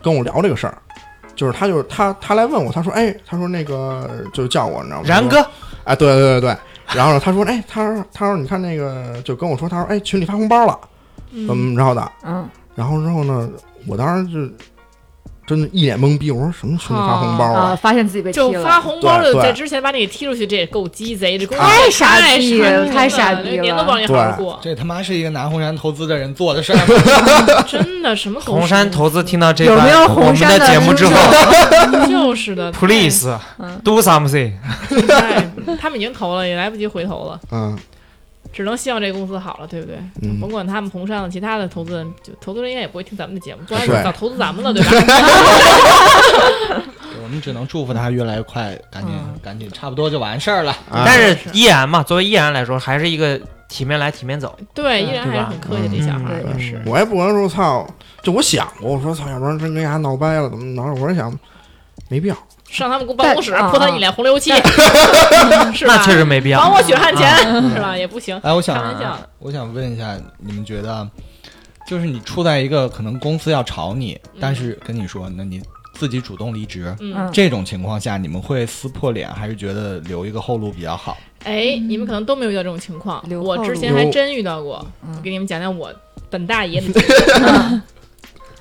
跟我聊这个事儿，就是他就是他他来问我，他说，哎，他说那个就叫我，你知道吗？然哥，哎，对对对对。然后呢，他说，哎，他说他说你看那个就跟我说，他说，哎，群里发红包了，嗯，嗯，然后的，嗯，然后之后呢，我当时就真的一脸懵逼，我说什么群里发红包啊，发现自己被踢就发了，红包的对对在之前把你给踢出去，这也够鸡贼，这公司太傻太逼了太傻了逼连年了都不让你好好过，这他妈是一个拿红杉投资的人做的事儿吗，真的什么狗 红杉屎投资听到这有没有段我红们杉节目听之众嗯后？ 就是的，please do something。哎他们已经投了，也来不及回头了，嗯只能希望这个公司好了，对不对？嗯甭管他们红杉的其他的投资人，就投资人应该也不会听咱们的节目，不然对早投资咱们了，对吧？我们只能祝福他越来越快，赶紧嗯赶紧，差不多就完事儿了。啊但是依然嘛，作为依然来说，还是一个体面来体面走。对，依对然还是很客气，这小孩儿嗯也是。我也不能说操，就我想过，我说操，要不然真跟丫闹掰了怎么着？我说想，没必要。上他们公办公室但啊泼他一脸红油漆，是吧？ 那确实没必要。还我血汗嗯钱，是吧？也不行。哎，我想开玩笑我想问一下，你们觉得，就是你处在一个可能公司要炒你，但是跟你说，那你自己主动离职。嗯，这种情况下，你们会撕破脸，还是觉得留一个后路比较好？哎，你们可能都没有遇到这种情况，留我后之路前还有真遇到过。我嗯给你们讲讲我本大 爷的 经历，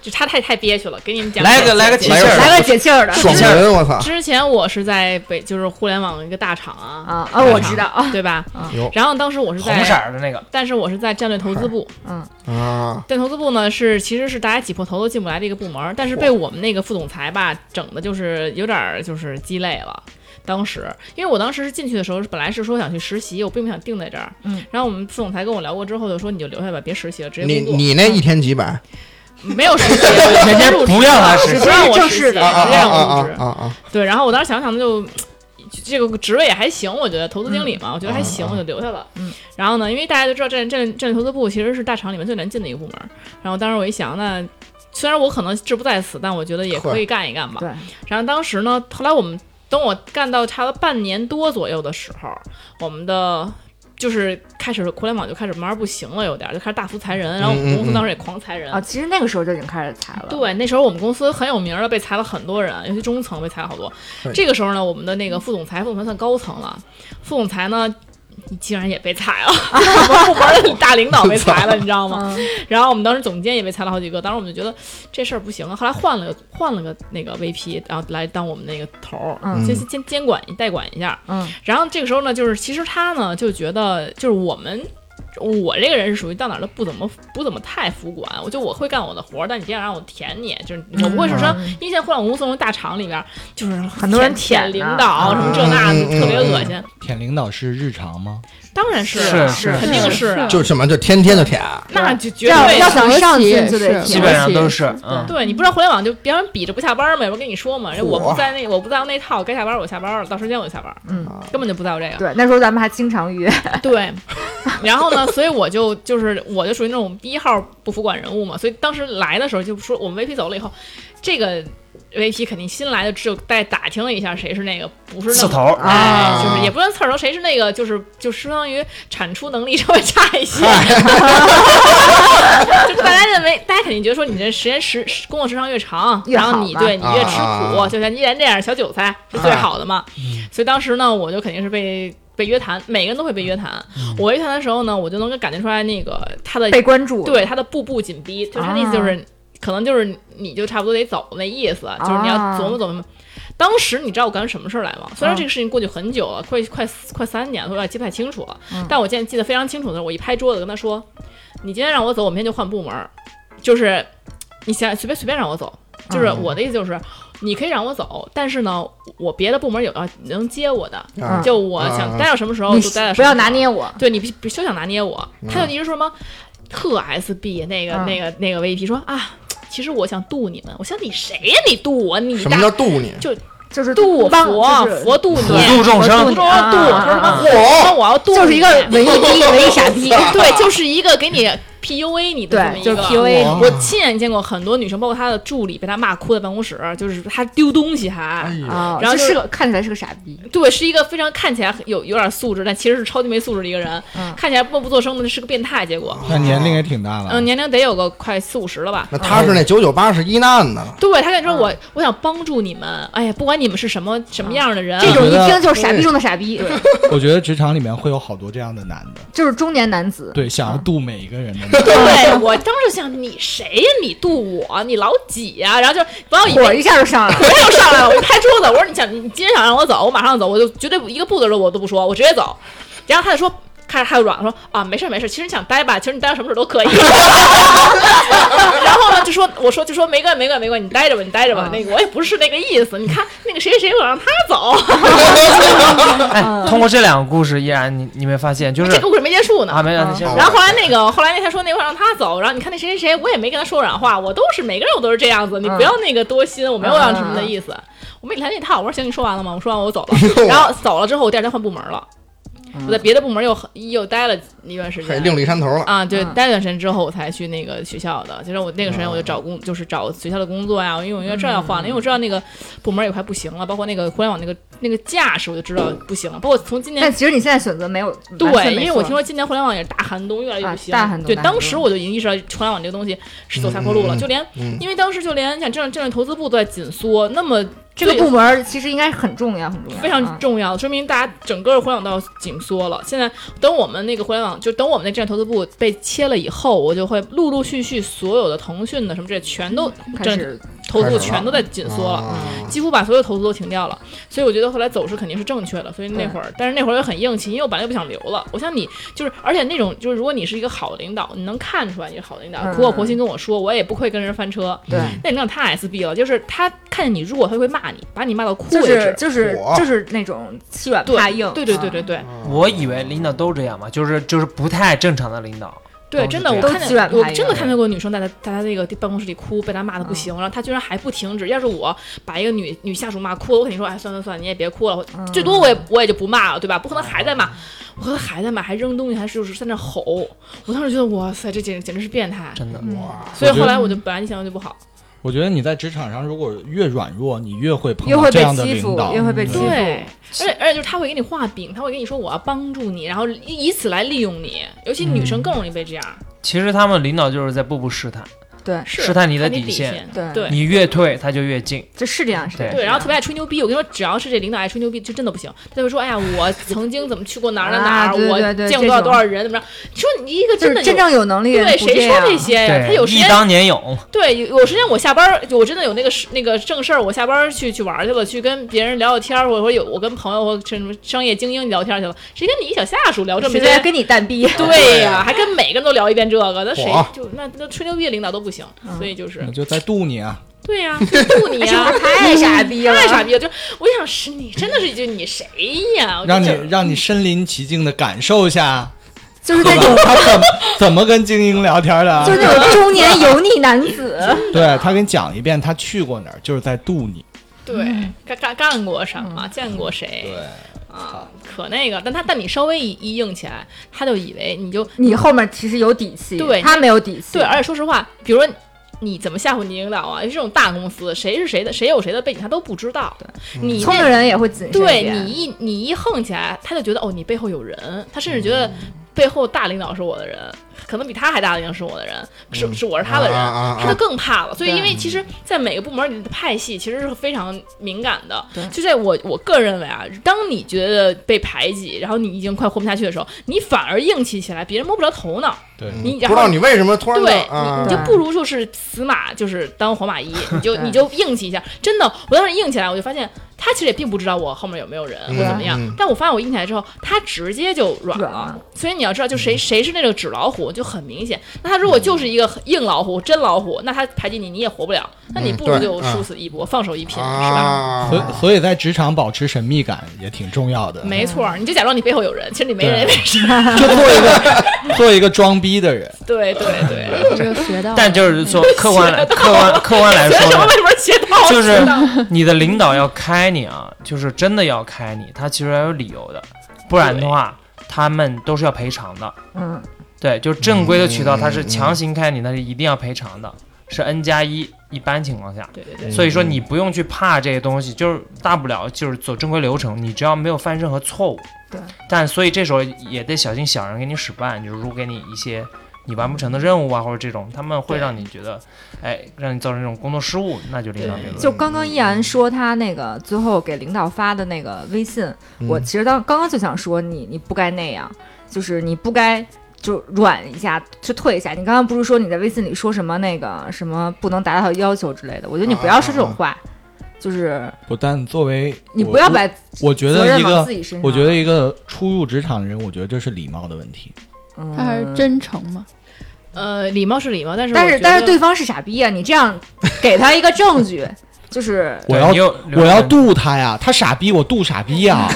就他太太憋屈了，给你们讲来讲个来个讲提气儿， 来个解气儿的爽文，我操！之前我是在北，就是互联网一个大厂啊，啊哎啊，我知道啊，对吧？啊有然后当时我是红色在，儿的那个，但是我是在战略投资部，嗯啊，战略投资部呢是其实是大家挤破头都进不来的一个部门儿，但是被我们那个副总裁吧整的就是有点儿就是鸡肋了。当时，因为我当时是进去的时候，本来是说想去实习，我并不想定在这儿。嗯，然后我们副总裁跟我聊过之后，就说你就留下吧，别实习了，直接你工作。你那一天几百？没有实习，人家不让他直接实习。让我正实习，式直的接啊啊让我啊入职啊。啊！对，然后我当时想想就，这个职位也还行，我觉得投资经理嘛，我觉得还行，我就留下了。嗯，然后呢，因为大家都知道战战战略投资部其实是大厂里面最难进的一个部门儿，然后当时我一想，那虽然我可能志不在此，但我觉得也可以干一干吧。对，然后当时呢，后来我们等我干到差不多半年多左右的时候，我们的就是开始互联网就开始慢慢不行了，有点儿就开始大幅裁人，然后我们公司当时也狂裁人。嗯啊，其实那个时候就已经开始裁了。对，那时候我们公司很有名儿的，被裁了很多人，尤其中层被裁了好多。这个时候呢，我们的那个副总裁，副总裁算高层了，副总裁呢，竟然也被裁了，我们部门的大领导被裁了，你知道吗？嗯，然后我们当时总监也被裁了好几个，当时我们就觉得这事儿不行了，啊后来换了个换了个那个 VP，然后来当我们那个头儿，嗯先先监管代管一下。嗯，然后这个时候呢，就是其实他呢就觉得就是我们。我这个人是属于到哪儿都不怎么不怎么太服管，我就我会干我的活儿，但你别想让我舔你，就是嗯我不会是说，嗯因为现在互联网公司那种大厂里边儿，就是很多人舔舔舔呢领导什么这那的，特别恶心。舔领导是日常吗？当然是是啊，肯定是啊，就什么就天天就舔，那就绝要对要想上国进企就得也是基听本上都是，嗯，对你不知道互联网就别人比着不下班儿嘛，我跟你说嘛，人我哇不在那我不在乎那套，该下班儿我下班儿了，到时间我就下班儿，嗯，根本就不在乎这个。对，那时候咱们还经常约，对，然后呢，所以我就就是我就属于那种第一号不服管人物嘛，所以当时来的时候就说我们 VP 走了以后，这个 VP 肯定新来的只有再打听了一下谁是那个不是刺那么。头，啊哎，就是也不算刺儿头，谁是那个就是就是相当于产出能力稍微差一些，哎 就是大家认为大家肯定觉得说你这时间时时工作时长越长，越然好啊后你嘛对你越吃啊苦，就像依然这样小韭菜是最好的嘛。嗯所以当时呢，我就肯定是被被约谈，每个人都会被约谈。我约谈的时候呢，我就能够感觉出来那个他的嗯被关注。，对他的步步紧逼，就是他啊的意思就是、可能就是你就差不多得走那意思，就是你要啊琢磨琢磨。当时你知道我干出什么事儿来吗？嗯虽然这个事情过去很久了，快快快三年了，我有点记不太清楚了。嗯但我现在记得非常清楚的是，我一拍桌子跟他说：“你今天让我走，我明天就换部门儿。就是你想随便随便让我走，就是我的意思就是，你可以让我走，但是呢，我别的部门有要能接我的，啊就我想待到什么时候嗯你就待到什么时候。不要拿捏我。对你必必休想拿捏我。嗯他就一直说什么特 SB 那个、嗯那个那个 VP 说啊，其实我想渡你们，我想你谁呀、你渡我，你什么大叫度你？就是渡我帮佛、啊就是佛渡你，普度众我生度佛你渡啊渡我，啊说什啊么我我要渡就是一个文艺 逼、文艺傻逼。 对，就是一个给你 PUA 你的这么对，一就个是。PUA 我亲眼见过很多女生，包括她的助理，被她骂哭在办公室，就是她丢东西还。哎你啊，然后就就是是个看起来是个傻逼。对，是一个非常看起来很有有点素质，但其实是超级没素质的一个人，嗯看起来默不作声的，是个变态。结哎哦果，那年龄也挺大了。嗯，年龄得有个快四五十了吧。那他是那九九八十一难的了，对，他跟你说我、我想帮助你们，哎呀，不管你们是什么什么样的 人，这嗯种一听就是傻逼中的傻逼，我觉得职场里面会有好多这样的男的，就是中年男子。对，想要渡每一个人的 男的。对我当时想你谁呀、你渡我，你老几呀、然后就不要以火为一下就上来了。我又上来了，我一拍桌子，我说你想你今天想让我走，我马上走，我就绝对不一个步的都我都不说，我直接走。然后他就说。开始他就软了，说啊没事儿没事儿，其实你想待吧，其实你待到什么时候都可 以。然后呢就说我说就说没关系没关系没关系，你待着吧你待着吧，那个我也不是那个意思，你看那个谁谁谁我让他走，哎，通过这两个故事，依然你你没发现，就是嗯这故事没结束呢。啊，没有，你先嗯然后后来那个，后来那他说那我让他走，然后你看那谁谁谁，我也没跟他说软话，我都是每个人我都是这样子，嗯你不要那个多心，我没有让什么的意思，我没理他那套，我说行，你说完了吗？我说完我走哎了，然后走了之后，我第二天换部门了，嗯我在别的部门又很又待了一段时嘿，间。另立山头了。啊，对，嗯待了一段时间之后，我才去那个学校的。其实我那个时间我就找嗯工，就是找学校的工作呀，因为我因为这要换了，因为我知道那个部门也快不行了，包括那个互联网那个那个架势，我就知道不行了。包括从今年但其实你现在选择没有完对，全因没为我错听说今年互联网也是大寒冬，越来越不行。啊大寒冬对，大寒当时我就已经意识到互联网这个东西是走下坡路了，嗯嗯嗯就连嗯，因为当时就连像政政治投资部都在紧缩，那么这个最部啊门儿其实应该很重要，很重要，非常重要，说明大家整个互联网都要紧缩了。现在等我们那个互联网，就等我们那战略投资部被切了以后，我就会陆陆续续所有的腾讯的什么这全都嗯开战略始投资部开始了全都在紧缩了。啊几乎把所有投资都停掉了，所以我觉得后来走势肯定是正确的。所以那会儿，但是那会儿也很硬气，因为我本来就不想留了。我想你就是，而且那种就是，如果你是一个好的领导，你能看出来你是好的领导，嗯苦口婆心跟我说，我也不会跟人翻车。对。嗯那领导太 SB 了，就是他看见你弱，他会骂你，把你骂到哭就为是止。就是我就是那种欺软对怕硬，对对对啊对对我以为领导都这样嘛，就是就是不太正常的领导。对，都是真的，这我样看都欺见软怕我硬真的看见过女生在她在她那个办公室里哭，被她骂的嗯不行，然后她居然还不停止。要是我把一个女女下属骂哭了，我肯定说，哎，算算算，你也别哭了，我嗯最多我也我也就不骂了，对吧？不可能还在嗯骂，我和他还在骂，还扔东西，还是就是在那吼。我当时觉得，哇塞，这简简直是变态。真的，嗯所以我觉后得来我就本来印象就不好，我觉得你在职场上如果越软弱，你越会碰越到会这被样的欺领负导，，嗯越会嗯被欺负。对，而且而且就是他会给你画饼，他会给你说我要帮助你，然后以以此来利用你。尤其女嗯生更容易被这样，其实他们领导就是在步步试探，对是试探你的看你底线线。对对你越退他就越近。这是这样，是这样。对，然后特别爱吹牛逼。我跟你说，只要是这领导爱吹牛逼，就真的不行。他就会说：“哎呀，我曾经怎么去过哪儿哪儿哪啊儿，对对我对见过多少这种多少人，怎么着？”你说你一个就真是的真有正有能力的人对不谁说样这些呀？哎他有时忆间嗯当年勇，对，有有时间我下班儿，我真的有那个事那个正事儿，我下班儿去去玩儿去了，去跟别人聊聊天儿，或者说有我跟朋友或什么商业精英聊天儿去了，谁跟你一小下属聊这么谁些？在跟你蛋逼？对呀、还跟每个人都聊一遍这个，那谁哇就那那吹牛逼的领导都不行，所以就是我就在度你啊。对呀、就度你哎呀、太傻逼了太傻逼了！就我想是你，真的是就你谁呀？我就让你觉得让你身临其境的感受一下， 嗯就是对那吧 种？他怎么怎么跟精英聊天的 啊？就是那种中年油腻男 子。嗯对他给你讲一遍他去过哪儿，就是在度你。对嗯干干干过什么，见过谁？啊，可那个，但他但你稍微一一硬起来，他就以为你就你后面其实有底气，对他没有底气，对，而且说实话，比如说你怎么吓唬你领导啊？因为这种大公司，谁是谁的，谁有谁的背景，他都不知道。你嗯聪明那人也会谨慎一对点你一你一横起来，他就觉得哦，你背后有人，他甚至觉得嗯背后大领导是我的人，可能比他还大的领导是我的人，是是我是他的人。啊啊啊他就更怕了，所以嗯对因为其实，在每个部门里的派系其实是非常敏感的对。就在我我个人认为啊，当你觉得被排挤，然后你已经快混不下去的时候，你反而硬气起来，别人摸不着头脑。对嗯你不然知后道你为什么突然就对，你啊你就不如就是死马，就是当活 马医，你就你就硬气一下。真的，我当时硬起来，我就发现他其实也并不知道我后面有没有人，嗯我怎么样嗯。但我发现我硬起来之后，他直接就软软了了。所以你要知道，就嗯谁谁是那个纸老虎，就很明显。那他如果就是一个硬老虎、真老虎，那他排挤你，你也活不了。那你嗯不如对就嗯殊死一搏，放手一拼，是吧？啊所以所以在职场保持神秘感也挺重要的。没错儿，你就假装你背后有人，其实你没人也没事。就做一个做一个装逼的人，对对对， 我就学到了。但就是嗯说，客 观来客观客观哎来所以说什么呢为，什么切到就是知道你的领导要开你啊，就是真的要开你，他其实要有理由的，不然的话，他们都是要赔偿的。嗯，对，就是正规的渠道，嗯他是强行开你，那是一定要赔偿的，是 N 加一，一般情况下。对对对。所以说你不用去怕这些东西，就是大不了就是走正规流程，你只要没有犯任何错误。对。但所以这时候也得小心小人给你使绊，就是如果给你一些你完不成的任务啊，或者这种，他们会让你觉得，哎，让你造成这种工作失误，那就另当别论。就刚嗯刚依然说他那个最后给领导发的那个微信，嗯我其实当刚刚就想说你你不该那样，就是你不该就软一下，就退一下。你刚刚不是说你在微信里说什么那个什么不能达到要求之类的？我觉得你不要说这种话，就是不但作为你啊我不要把我觉责得任一往个自己身上。我觉得一个初入职场的人，我觉得这是礼貌的问题。嗯他还是真诚嘛？呃，礼貌是礼貌，但是但我是觉但得是对方是傻逼啊！你这样给他一个证据， 就是我对要你有我要度他呀，他傻逼，我度傻逼 呀。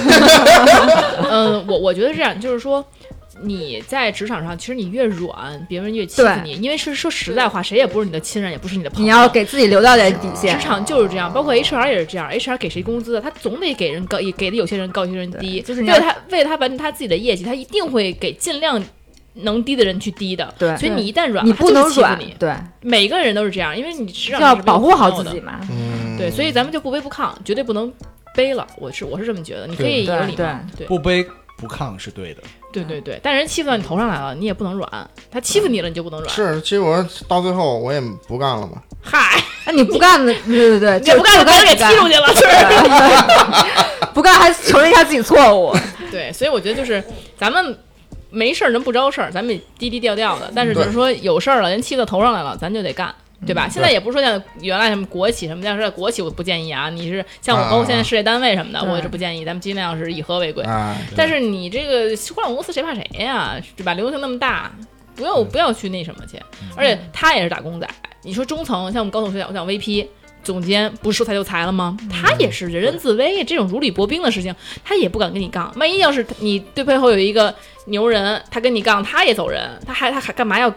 嗯，我我觉得是这样，就是说。你在职场上，其实你越软，别人越欺负对你，因为是说实在话，谁也不是你的亲人，也不是你的朋友。你要给自己留到点底线职。场哦就是这样，包括 HR 也是这样，HR 给谁工资的，他总得给人高，也给的有些人高，有些人低。就是为你要了他，为了他完成他自己的业绩，他一定会给尽量能低的人去低的。对所以你一旦软，你他就不是能欺负软你，对，每个人都是这样，因为你职场要是没有保护好朋友的自己。嘛。嗯对，所以咱们就不卑不亢，绝对不能卑了。我是我是这么觉得，你可以有对礼对貌，对不卑不亢是对的，对对对，但人欺负到你头上来了，你也不能软。他欺负你了，你就不能软。是，其实我到最后我也不干了嘛。嗨，那你不干的，对对对，你不干啊就就把该人给踢出去了， 是不是？不干还承认一下自己错误，对，所以我觉得就是咱们没事儿能不招事儿，咱们也低低调调的。但是就是说有事儿了，人欺负到头上来了，咱就得干。嗯对吧？现在也不是说像原来什么国企什么，但是国企我不建议啊。你是像我，啊包括现在事业单位什么的，对我也是不建议。咱们尽量是以和为贵。啊哎，但是你这个互联网公司谁怕谁呀？对吧？流行那么大，不要不要去那什么去。而且他也是打工仔，你说中层像我们高总学长，我讲 VP。总监不是说裁就裁了吗？他也是人人自危，这种如履薄冰的事情，他也不敢跟你杠。万一要是你对背后有一个牛人，他跟你杠，他也走人，他还他还干嘛要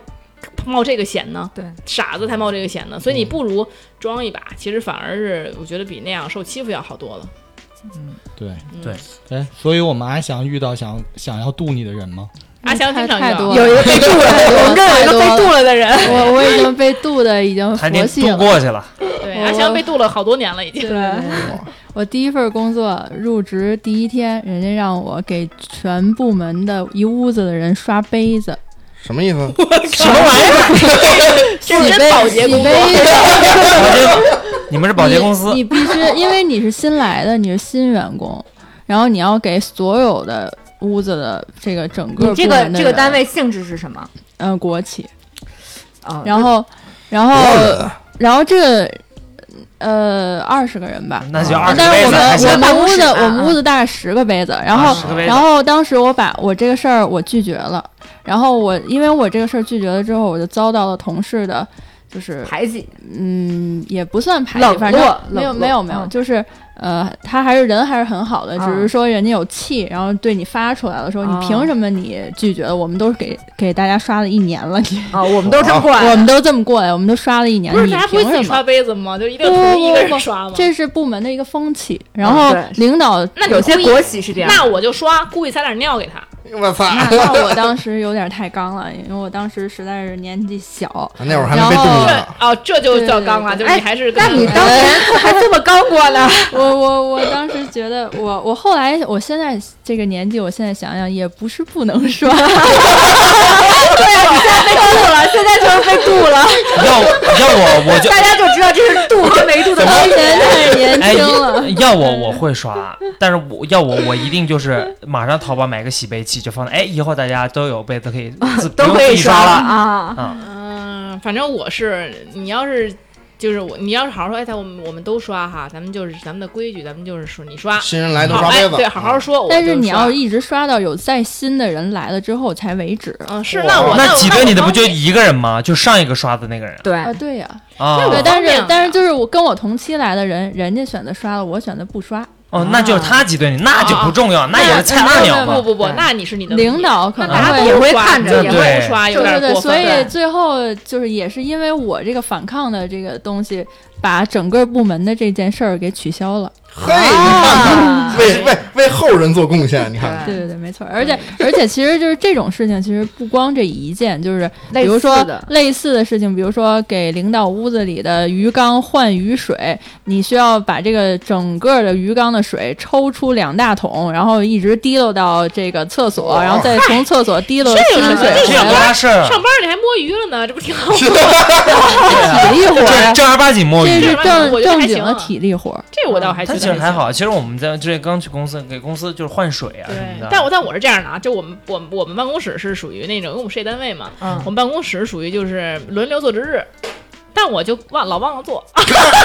冒这个险呢？对，傻子才冒这个险呢。所以你不如装一把，其实反而是我觉得比那样受欺负要好多了。对嗯对哎，所以我们还想遇到想想要度你的人吗？阿翔经常啊遇太到多 有一 个被渡了，我们这儿有一个被渡了的人，我我已经被渡的已经他已佛系啊经了度。过去了，对，我阿翔被渡了好多年了，已经对。对对，我第一份工作入职第一天，人家让我给全部门的一屋子的人刷杯子，什 么意哦思？什么玩意儿？这是真保洁工洗作，杯子。你们是保洁公司你，你必须，因为你是新来的，你是新员工，然后你要给所有的屋子的这个整个你这部个门的这个人单，位性质是什么？嗯、国企，啊，然后，然后，然后这个，呃，二十个人吧。那就二但十杯子，啊是我们还行我办们公屋室子啊我们屋子大概十个杯子，然啊后十个杯子然后当时我把我这个事儿我拒绝了，然后我因为我这个事儿拒绝了之后，我就遭到了同事的，就是排挤，嗯，也不算排冷挤，落反正冷没有落没有没有，嗯就是呃，他还是人还是很好的，只嗯是说人家有气，然后对你发出来了，说哦你凭什么你拒绝了？我们都是给给大家刷了一年了， 你啊，我们都是这么过来的，我们都这么过来，我们都刷了一年，不是你大家不凭会自己什刷么？杯子吗？就一定不同一个不人不刷吗？这是部门的一个风气，然嗯后对领导那你有些故意啊国企是这样，那我就刷，故意撒点尿给他。我操！那那 我当时有点太刚了，因为我当时实在是年纪 小，那会儿还没被冻然后着这呢。哦，这就叫刚了，对就是对对哎你还是跟那你当 年还这么刚过 呢？我我我当时觉得我，我后来，我现在这个年纪，我现在想想也不是不能刷，对啊，你现在被渡了，现在就是 被渡了，要要我我就大家就知道这是渡和 没 渡的当区年太别。年哎轻了。，要我我会刷，但是我要我我一定就是马上淘宝买个洗杯器，就放在哎，以后大家都有杯子可以自都可以刷刷啊！嗯，反正我是，你要是就是我，你要是好好说，哎，咱我们我们都刷哈，咱们就是咱们的规矩，咱们就是说你刷，新人来都好刷哎杯子，啊对，好嗯好 说。我但是就你刷要一直刷到有再新的人来了之后才为止嗯是那我那我挤兑你的我不就方便一个人吗？就上一个刷的那个人对，啊，对呀、啊那我对，方但便是啊但是就是我跟我同期来的人，人家选择刷了，我选择不刷，哦，那就是他挤兑你，那就不重要，那也是菜那二那不鸟嘛。不不对，那你是你的领导可那能大家会也都会刷看着你也不会刷，有对点对对，过所分。嗯以最后就是也是因为我这个反抗的这个东西，把整个部门的这件事儿给取消了。嘿，你啊看啊看，为为为后人做贡献，你看嗯看。对对对，没错。而且而且，其实就是这种事情，其实不光这一件，就是比类如说似的类似的事情，比如说给领导屋子里的鱼缸换雨水，你需要把这个整个的鱼缸的水抽出两大桶，然后一直滴漏到这个厕所，然后再从厕所滴漏这有清什么水这这有回多来。大事儿？啊上班你还摸鱼了呢，这不挺 好吗？ 体力活这是呀，啊正儿八经摸啊这鱼。是我正觉得还正行经的体力活。这我倒还觉他得其实还行。好，其实我们在这刚去公司给公司就是换水啊对什么，的。但我但我是这样的啊，就我们我们我们办公室是属于那种，因为我们事业单位嘛，嗯我，们办公室属于就是轮流做值日，但我就忘老忘了做，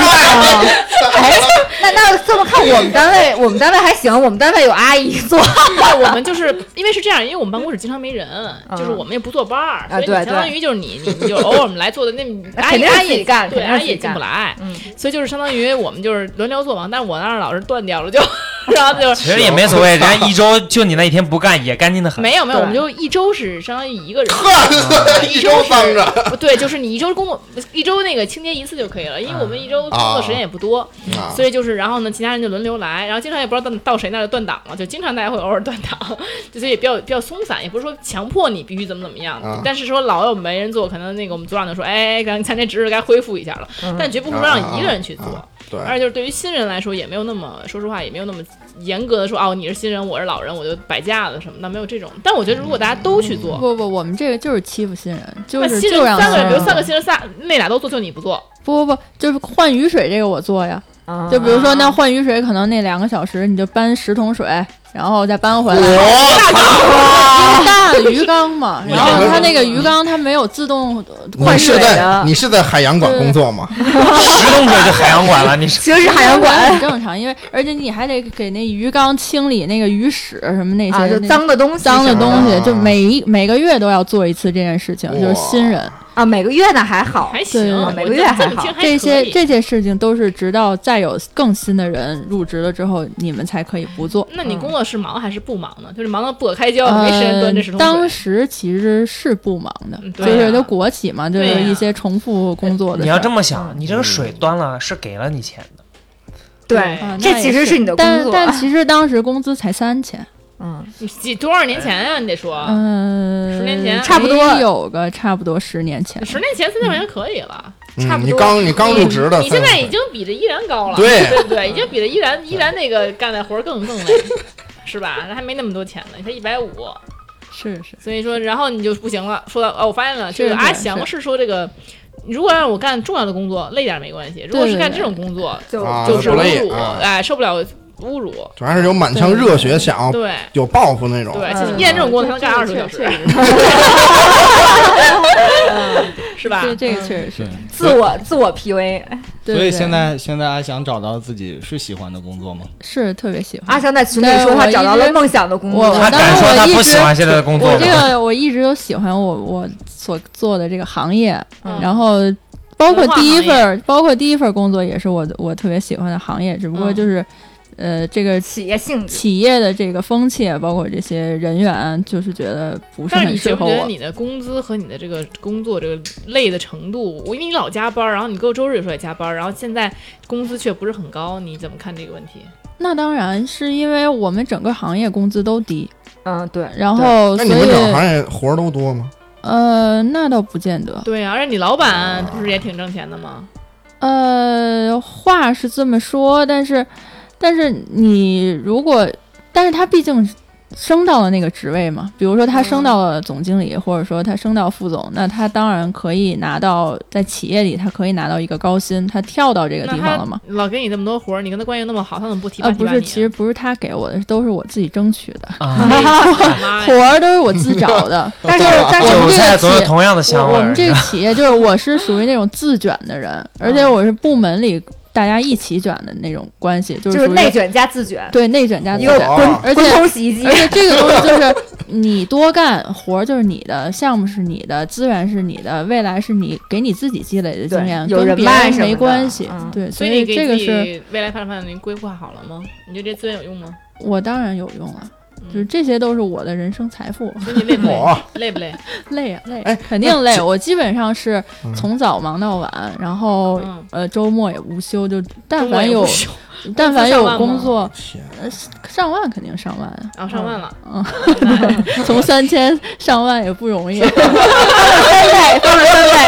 哎，那那这么看，我们单位我们单位还行，我们单位有阿姨做，但我们就是因为是这样，因为我们办公室经常没人，就是我们也不坐班儿，所以你嗯啊对相当于就是你你你就偶尔我们来做的那阿肯姨定是阿自己姨干对肯定是阿自姨己也进不干来，嗯所以就是相当于我们就是轮流做嘛，但是我那儿老是断掉了就， 然后 就是其实也没所谓，人家一周就你那一天不干也干净的很。没有没有，对我们就一周是相当于一个 人，一周脏 着，不对，就是你一周工作一周那个清洁一次就可以了，因为我们一周工作时间也不多，嗯啊所以就是然后呢，其他人就轮流来，然后经常也不知道到到谁那儿就断档了，就经常大家会偶尔断档， 就所以比较比较松散，也不是说强迫你必须怎么怎么样，啊但是说老有没人做，可能那个我们组长就说，哎，咱咱这值日该恢复一下了，但绝不会让一个人去做。啊啊啊对，而且就是对于新人来说，也没有那么说实话，也没有那么严格的说哦，你是新人，我是老人，我就摆架子什么的，没有这种。但我觉得如果大家都去做，不不，我们这个就是欺负新人，就那是新就人让三个人，他比如们三个新人仨，那俩都做，就你不做，不不不，就是换雨水这个我做呀。就比如说，那换雨水可能那两个小时你就搬十桶水，然后再搬回来。哦因为大的鱼缸嘛，然后它那个鱼缸它没有自动你换水是在的，你是在海洋馆工作吗？十桶水就海洋馆了，你是其实是嗯海洋馆很正常，因为而且你还得给那鱼缸清理那个鱼屎什么那些、啊，就那脏的东西，脏的东西，啊就每一每个月都要做一次这件事情，就是新人啊，每个月呢还好，还行对，我每觉个得月这还么好听还这可些以这些事情都是直到再有更新的人入职了之后，你们才可以不做。那你工作是忙还是不忙呢？就是忙到不可开交，没时间嗯呃端着石，头当时其实是不忙的，嗯就对呀是都国企嘛，就对啊是呀一些重复工作的事儿。你要这么想，你这个水端了是给了你钱的，对啊，那这哎也其实是是你的工但作，啊但其实当时工资才三千，嗯，你几多少年前啊呀？你得说，嗯，十年前差不多没有个差不多十年前，十年前三千块钱可以了。差嗯，不你多刚你刚入职的，你现在已经比这依然高了，嗯对对不对，已经比这依然依然那个干的活儿更更累， 是吧？那还没那么多钱呢，你才一百五，是是，所以说，然后你就不行了。说到哦，我发现了，是这个阿是翔是是说这个，如果让我干重要的工作，累点儿没关系；如果是干这种工作，就啊就那是不累侮辱，啊哎，受不了侮辱。主要是有满腔热血，想要对有抱负那种。对，嗯像燕这种工作才能干二十个小时，是吧？这这个确实是，自我自我 PUA。对所对以现在现在阿翔找到自己是喜欢的工作吗？是特别喜欢。啊阿翔在群里对说我他一找到了直梦想的工我作，他当时敢说我他一不直喜欢现在的工作我吗？这个我一直都喜欢我我所做的这个行业，嗯然后包括文化第一行业份，包括第一份工作也是我的我特别喜欢的行业，只不过嗯就是，呃，这个企业性质。企业的这个风气，啊包括这些人员，啊就是觉得不是但是很你觉适不合觉得我。你的工资和你的这个工作这个累的程度？我因为你老加班儿，然后你给我周日的时候也加班儿，然后现在工资却不是很高，你怎么看这个问题？那当然是因为我们整个行业工资都低，嗯，对，然后那所你们以整行业活儿都多吗？呃，那倒不见得。对呀、而且你老板不是也挺挣钱的吗？呃，话是这么说，但是，但是你如果，但是他毕竟升到了那个职位嘛，比如说他升到了总经理，或者说他升到副总，那他当然可以拿到在企业里，他可以拿到一个高薪，他跳到这个那地方了嘛？他老给你这么多活儿，你跟他关系那么好，他怎么不提拔呃，提不拔是，你？其实不是他给我的，都是我自己争取 的， 啊，妈活呀，儿都是我自找 的。但是但是韭我们这菜个总有企同样的香味我我儿们。这个企业就是我是属于那种自卷的人，而且我是部门里大家一起卷的那种关系，就就是是属于内卷加自卷，对内卷加自一个卷。哦滚而且 滚 筒洗衣机而。且这个东西就是你多干活儿就是你的，项目是你的，资源是你的，未来是你给你自己积累的经验，对有跟人别脉人什么没的关系嗯。对，所所以你以给哎这个自己是未来发展范围规划好了吗？你觉得这资源有用吗？嗯我当然有用了，就是这些都是我的人生财富。所以你累不累？我累不累？累啊累啊哎，肯定那嗯累。这我基本上是从早忙到晚，然后嗯呃周末也无休，就但周末凡也有不休 但凡上有万吗工作，天，呃上万肯定上万啊， 然哦后上万了，从三千上万也 不容易。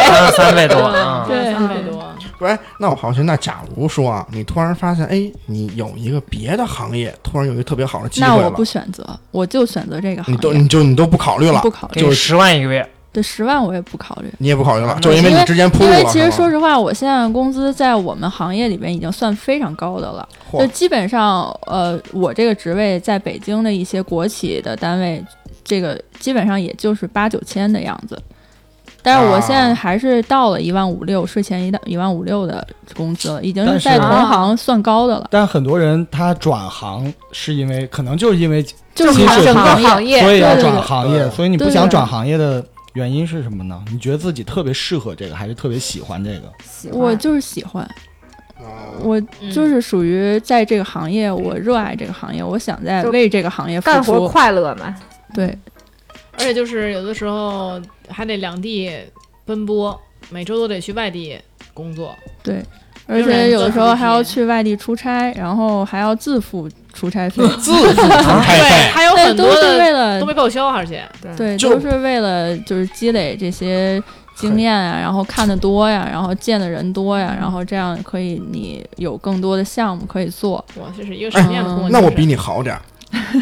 翻了三倍多嗯 啊！对三倍多，不是？那我好奇，那假如说啊，你突然发现，哎，你有一个别的行业，突然有一个特别好的机会 那我了，不选择，我就选择这个行你都业，你就你都不考虑了不，考虑给你十万一个月，对十万我也不考虑。啊你也不考虑了，那就因为你之前铺因路为了，其实说是实话，我现在的工资在我们行业里边已经算非常高的了。嚯就基本上，呃，我这个职位在北京的一些国企的单位，这个基本上也就是八九千的样子。但是我现在啊还是到了一万五六，税前一到一万五六的工资了，已经但是是在同行算高的了。但很多人他转行是因为可能就是因为就是其实整整个个 行业行业所以要对对转对行业，对所以你不对想转行业的原因是什么呢？你觉得自己特别适合这个，还是特别喜欢这个？喜欢我就是喜欢，哦我嗯就是属于在这个行业，我热爱这个行业，我想在就为这个行业付干活出。快乐嘛，对，而且就是有的时候还得两地奔波，每周都得去外地工作。而就是且有的时候还要自己去外地出差，然后还要自付出差费，自负出差对，费，还有对，很都多是为的了都没报销，啊而且对，就都是为了就是积累这些经验啊，然后看的多呀，然后见的人多呀，然后这样可以你有更多的项目可以做。哇，这是一个什么嗯样的工作？那我比你好点儿，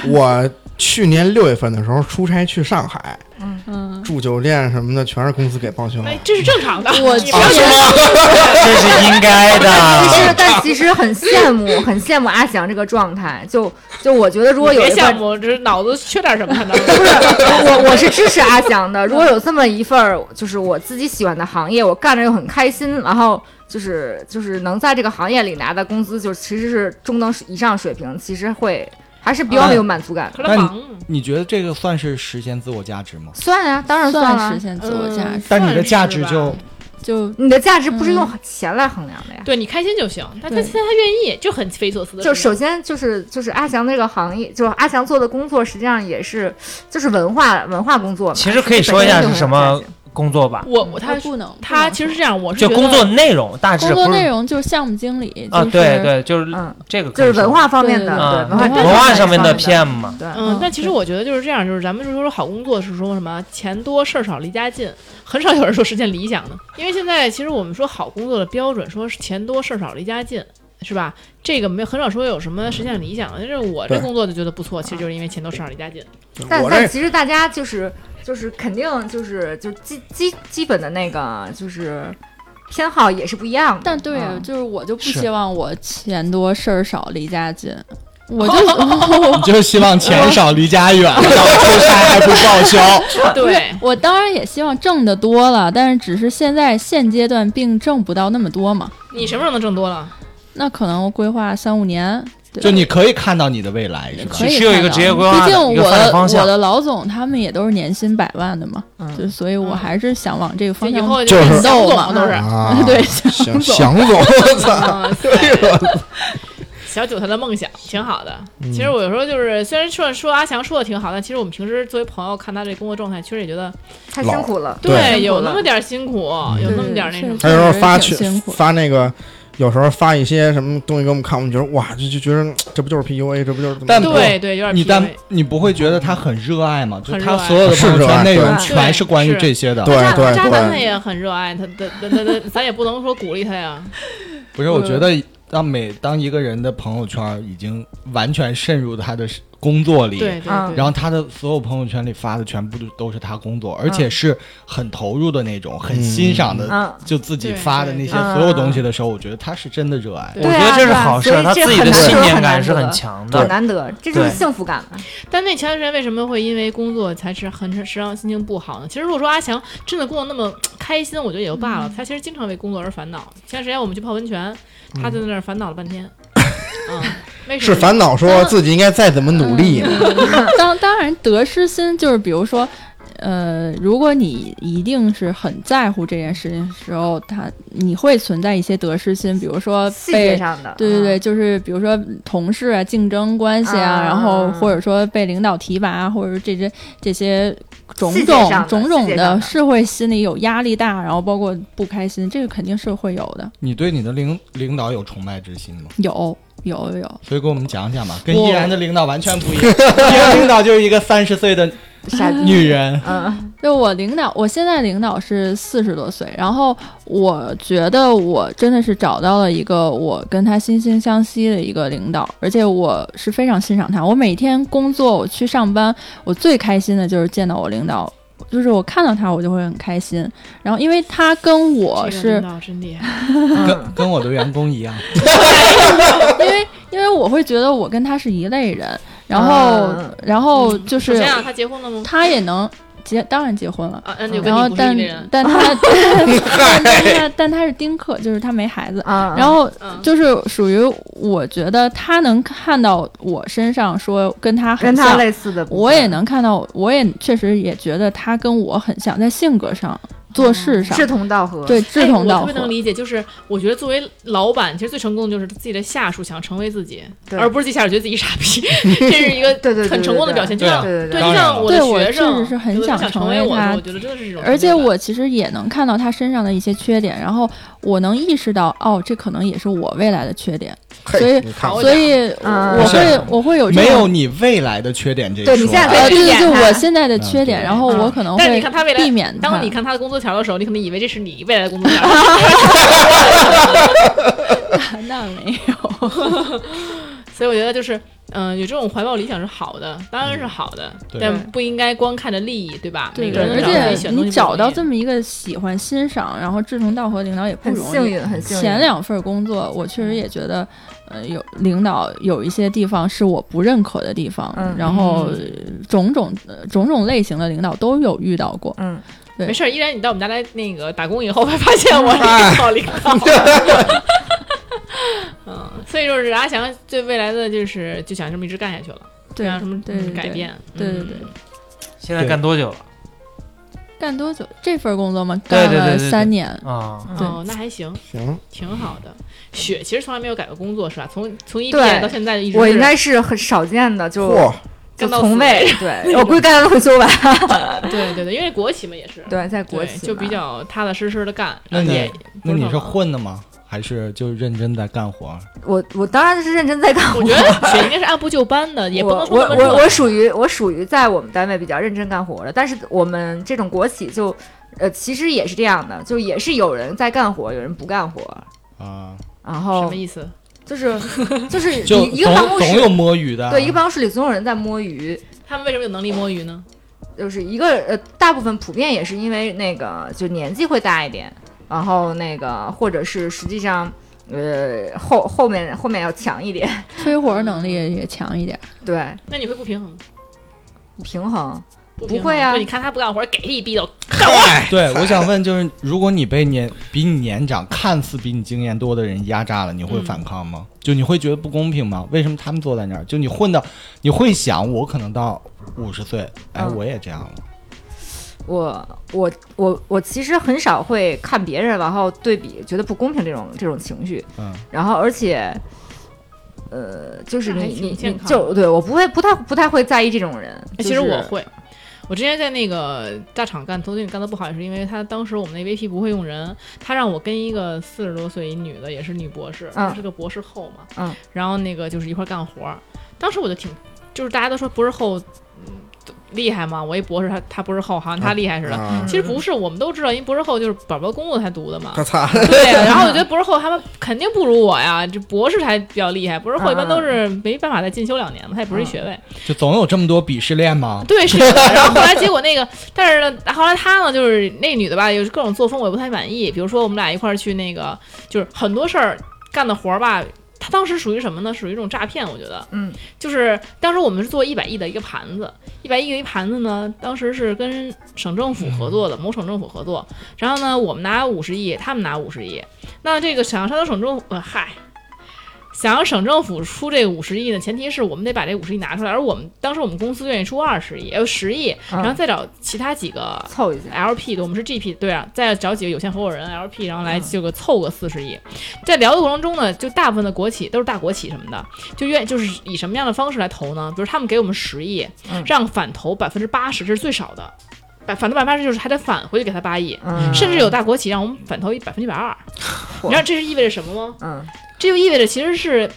我。去年六月份的时候出差去上海，嗯，住酒店什么的全是公司给报销。哎，这是正常的。我你不要觉得这是应该 其实的。但其实很羡慕，很羡慕阿翔这个状态。就就我觉得，如果有别一项份目，这是脑子缺点什么可能？ 不是我，我是支持阿翔的。如果有这么一份儿，就是我自己喜欢的行业，我干着又很开心，然后就是就是能在这个行业里拿的工资，就是其实是中等以上水平，其实会还是比较有满足感的。可能忙。你觉得这个算是实现自我价 值吗？算啊，当然算实了。现自我价嗯值，但你的价值算是吧就就你的价值不是用钱来衡量的 呀。对你开心就行，但他对现在他愿意，就很匪夷所思的事就情。首先就是就是阿翔这个行业，就是阿翔做的工作，实际上也是就是文化文化工作嘛。其实可以说一下是什么工作吧？我我他不能，不他能其实是这样，我是就觉工得作内容大致工作不是内容就是项目经理啊，就是对对，就是嗯，这个可就以是文说化方面对的，啊对文化文战文略化这上面方的骗嘛，对，嗯嗯，但其实对我觉得就是这样，就是咱们就是说好工作是说什么钱多事儿少离家近，很少有人说实现理想的。因为现在其实我们说好工作的标准，说是钱多事儿少离家近，是吧？这个没很少说有什么实现理想的。就是我这对工作就觉得不错，其实就是因为钱多事儿少离家近。但我但这其实大家就是就是肯定就是就是基基基本的那个就是偏好也是不一样的。但对啊嗯，就是我就不是希望我钱多事儿少离家近，哦 我就你就是希望钱少离家远，然后 出差还不报销。对，我当然也希望挣的多了，但是只是现在现阶段并挣不到那么多嘛，你什么时候能挣多了？那可能我规划三五年。对就你可以看到你的未来，是吧？可以是有一个看到职业规划的毕竟我一个发展的方向我的老总他们也都是年薪百万的嘛，嗯就所以我还是想往这个就方以向。后就是想斗走嘛，嘛，都是。啊嗯 对，想行，翔总，我操， 哇塞小韭菜的梦想挺好的。其实我有时候就是，虽然说说阿强说的挺好，但其实我们平时作为朋友看他这工作状态，确实也觉得太老辛苦了，对对，有辛苦那了么点儿辛苦，有那么点儿那什么。他有时候发确去实挺辛苦发那个，有时候发一些什么东西给我们看，我们觉得哇，这就觉得这不就是 PUA，这不就是怎么但着？对对，有点你但 PUA 你不会觉得他很热爱吗？就很他热爱所有的朋友圈内是热容爱全是关于对这些的。对渣对渣男他对，也很热爱他的，那那那咱也不能说鼓励他呀。不是，我觉得当每当一个人的朋友圈已经完全渗入他的工作里，对对嗯对，然后他的所有朋友圈里发的全部都都是他工作，而嗯且是很投入的那种，很欣赏的，嗯。就自己对发对的嗯那些对所有东西的时候，我觉得他是真的热爱。对我对觉啊得这是对啊好事所儿，以他这自己很的难信得念很感难是很得强很的。难得，这就是对幸福感嘛。但那前段时间为什么会因为工作才是很时让心情不好呢？其实如果说阿强真的工作那么开心，我觉得也就罢了。他其实经常为工作而烦恼。前段时间我们去泡温泉，他就在那儿烦恼了半天。嗯，为什是么？烦恼说自己应该再怎么努力， 当当然得失心就是，比如说，呃，如果你一定是很在乎这件事情的时候，他你会存在一些得失心，比如说细节被。上的，对对对，嗯，就是比如说同事啊、竞争关系啊，啊然后啊或者说被领导提拔啊，或者是这些这些种细节种上的种细种节上的，的是会心里有压力大，然后包括不开心，这个肯定是会有的，你对你的领领导有崇拜之心吗？有有有有。所以给我们讲讲吧，跟我依然的领导完全 不一样。依然领导就是一个三十岁的傻逼，女人，嗯，就我领导，我现在领导是四十多岁，然后我觉得我真的是找到了一个我跟他惺惺相惜的一个领导，而且我是非常欣赏他。我每天工作，我去上班，我最开心的就是见到我领导，就是我看到他我就会很开心。然后因为他跟我这个是领导真厉害，嗯跟跟我的员 工一样。因为因为我会觉得我跟他是一类人，然后、啊然后哦就是首先啊，他结婚了吗？他也能结，当然结婚了。啊，那就跟然你后不是但一类人。 但他但但他但他是丁克，就是他没孩子。啊，然后嗯，就是属于我觉得他能看到我身上说跟他很跟他像，类似的部分，我也能看到，我也确实也觉得他跟我很像，在性格上、做事上，志同道合，对志嗯哎同道我特合别。能理解，就是我觉得作为老板，其实最成功的就是自己的下属想成为自己，对而不是自己下属觉得自己傻逼， 这是 一个对对对很成功的表现。就对像对对，当就然像了我的对我学生，确实是很有的想想成成为为我的他我觉得真的是这种成就感。而且我其实也能看到他身上的一些缺点，然后我能意识到，哦，这可能也是我未来的缺点，嘿所以你看好所以啊我不是会我会有这没有种你未来的缺点这一说。啊对你现在可以呃，对对避对，免它我现在的缺点，嗯然后我可能但是会你看他未来避免它当你看他的工作条的时候，你可能以为这是你未来的工 作条。那 没有， 所以我觉得就是，嗯、有这种怀抱理想是好的，当然是好的，对但不应该光看着利益，对吧？每个人而都找自己且选东你西找到这么么一个喜欢、欣赏，然后志同道合的领导也不很容幸易。运，很幸运。前两份工作，我确实也觉得，呃，有领导有一些地方是我不认可的地方，嗯然后呃嗯种种、呃种种类型的领导都有遇到过。嗯，没事儿，依然你到我们家来那个打工以后，会发现我是一个好领导。 嗯，所以就是阿翔对未来的就是就想这么一直干下去了，对啊没有什么对对改变？对对嗯对，现在干多久了干多久？这份工作嘛，对干对对了对对三年。啊？嗯哦，那还行，行，挺好的。雪其实从来没有改过工作是吧？从从一毕对业到现在一直我应是该是很少见的，就嚯，就干到从死未对，我估计干到退休吧。对对对，因为国企嘛也是，对，在对国企就嘛比较踏踏实实的干。那你也那你是不混的吗？还是就认真在干活儿？我我当然是认真在干活我觉得雪应该是按部就班的，也不能说我那么我我热我属于我属于在我们单位比较认真干活的，但是我们这种国企就，呃，其实也是这样的，就也是有人在干活，有人不干活，啊，然什后么意思？就是就是 就一一个办总公总有室，摸鱼的，啊对，一个办公室里总有人在摸鱼，他们为什么有能力摸鱼呢？就是一个呃，大部分普遍也是因为那个就年纪会大一点，然后那个或者是实际上。呃，后后面后面要强一点，推活能力也强一点。对，那你会不平衡吗？平衡。不不平衡会啊就你看他不干活，给一逼斗，对，我想问，就是如果你被年比你年长、看似比你经验多的人压榨了，你嗯会反抗吗？就你会觉得不公平吗？为什么他们坐在那儿？就你混到，你会想，我可能到五十岁，哎，嗯我也这样了。我我我我其实很少会看别人，然后对比觉得不公平这种这种情绪，嗯，然后而且，呃，就是那还你挺你你健康的就对我不会不太不太会在意这种人。哎就其实我是会，我之前在那个大厂干，头天干的不好，也是因为他当时我们那 VP 不会用人，他让我跟一个四十多岁一女的，也是女博士，嗯她是个博士后嘛，嗯，然后那个就是一块儿干活儿，当时我就挺，就是大家都说博士后，嗯，都厉害嘛，我一博士，他他博士后，好像他厉害似的。嗯啊，其实不是，我们都知道，因为博士后就是宝宝工作才读的嘛。他擦，对，然后我觉得博士后他们肯定不如我呀，这博士才比较厉害。博士后一般都是没办法再进修两年嘛，他也不是一学位。就总有这么多鄙视链吗？对，是有的。然后后来结果那个，但是呢，后来她呢，就是那女的吧，有各种作风我也不太满意。比如说我们俩一块儿去那个，就是很多事儿干的活儿吧。她当时属于什么呢？属于一种诈骗，我觉得，嗯，就是当时我们是做一百亿的一个盘子，一百亿的一盘子呢，当时是跟省政府合作的，某省政府合作，然后呢，我们拿五十亿，他们拿五十亿，那这个想要山东省政府，呃，嗨，想要省政府出这五十亿呢，前提是我们得把这五十亿拿出来，而我们当时我们公司愿意出二十亿，呃，十亿，嗯然后再找其他几个凑一下， LP 给我们是 GP，对啊，再找几个有限合伙人 LP，然后嗯来这个凑个四十亿。在聊的过程中呢，就大部分的国企都是大国企什么的，就愿就是以什么样的方式来投呢？比如他们给我们十亿嗯，让反投百分之八十，这是最少的，百反投百分之八十就是还得返回去给他八亿。嗯，甚至有大国企让我们反投一百分之一百二，你知道这是意味着什么吗？嗯这就意味着其实是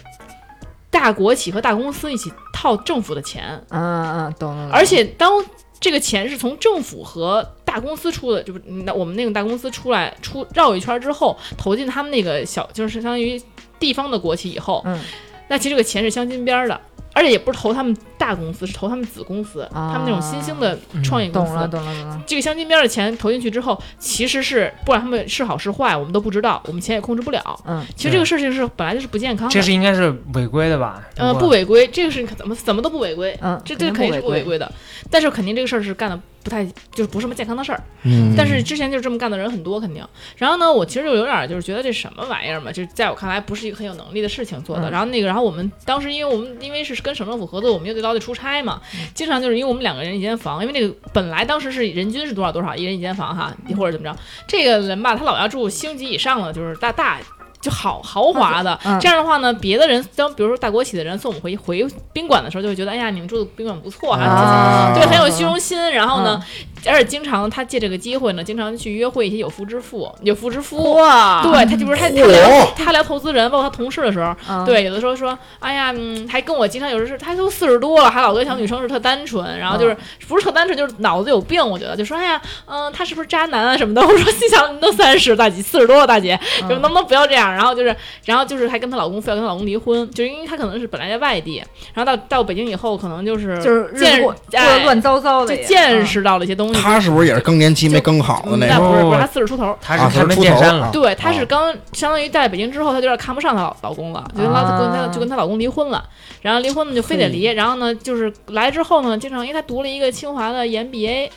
大国企和大公司一起套政府的钱，嗯嗯，懂了。懂而且当这个钱是从政府和大公司出的，就是那我们那个大公司出来出绕一圈之后，投进他们那个小，就是相当于地方的国企以后，嗯那其实这个钱是镶金边儿的。而且也不是投他们大公司，是投他们子公司，他们那种新兴的嗯创业公啊懂司。了懂了懂了，这个镶金边儿的钱投进去之后，其实是不管他们是好是坏，我们都不知道，我们钱也控制不了。嗯，其实这个事情是本来就是不健康的，这是应该是违规的吧？呃如不果，违规，这个事情可怎么怎么都不违规，嗯这这肯肯定定是不不违违规的。但是肯定这个事儿是干的不太，就是不是什么健康的事儿。嗯但是之前就是这么干的人很多，肯定。然后呢，我其实就有点儿就是觉得这什么玩意儿嘛，就是在我看来不是一个很有能力的事情做的。嗯然后那个，然后我们当时因为我们因为是跟省政府合作，我们又得老得出差嘛，经常就是因为我们两个人一间房，因为那个本来当时是人均是多少多少一人一间房哈，嗯或者怎么着，这个人吧他老要住星级以上的，就是大大。就好豪华的，嗯这样的话呢，别的人当比如说大国企的人送我们回回宾馆的时候，就会觉得哎呀，你们住的宾馆不错哈，啊对，很有虚荣心。然后呢，嗯而且经常他借这个机会呢，经常去约会一些有妇之夫、有妇之夫。哇，对他就不是他他聊他聊投资人，包括他同事的时候，嗯，对有的时候说，哎呀，嗯，还跟我经常有时候他都四十多了，还老跟小女生是特单纯，然后嗯就是不是特单纯，就是脑子有病，我觉得就说，哎呀，嗯，他是不是渣男啊什么的？我 说心想，你都三十大姐，四十多了大姐，嗯，就能不能不要这样？然后就是，然后就是还跟她老公非要跟她老公离婚，就因为她可能是本来在外地，然后到到北京以后，可能就是就是日见子过过哎得乱糟糟的就也，见嗯识到了一些东西。他是不是也是更年期没更好的那那种？不是不哦是，她四十出头。他啊是开门出见头山了啊。对，她是刚相当于在北京之后，她就有点看不上她老老公了，就跟她啊跟她就跟她老公离婚了。然后离婚呢，就非得离。然后呢，就是来之后呢，经常因为她读了一个清华的 MBA，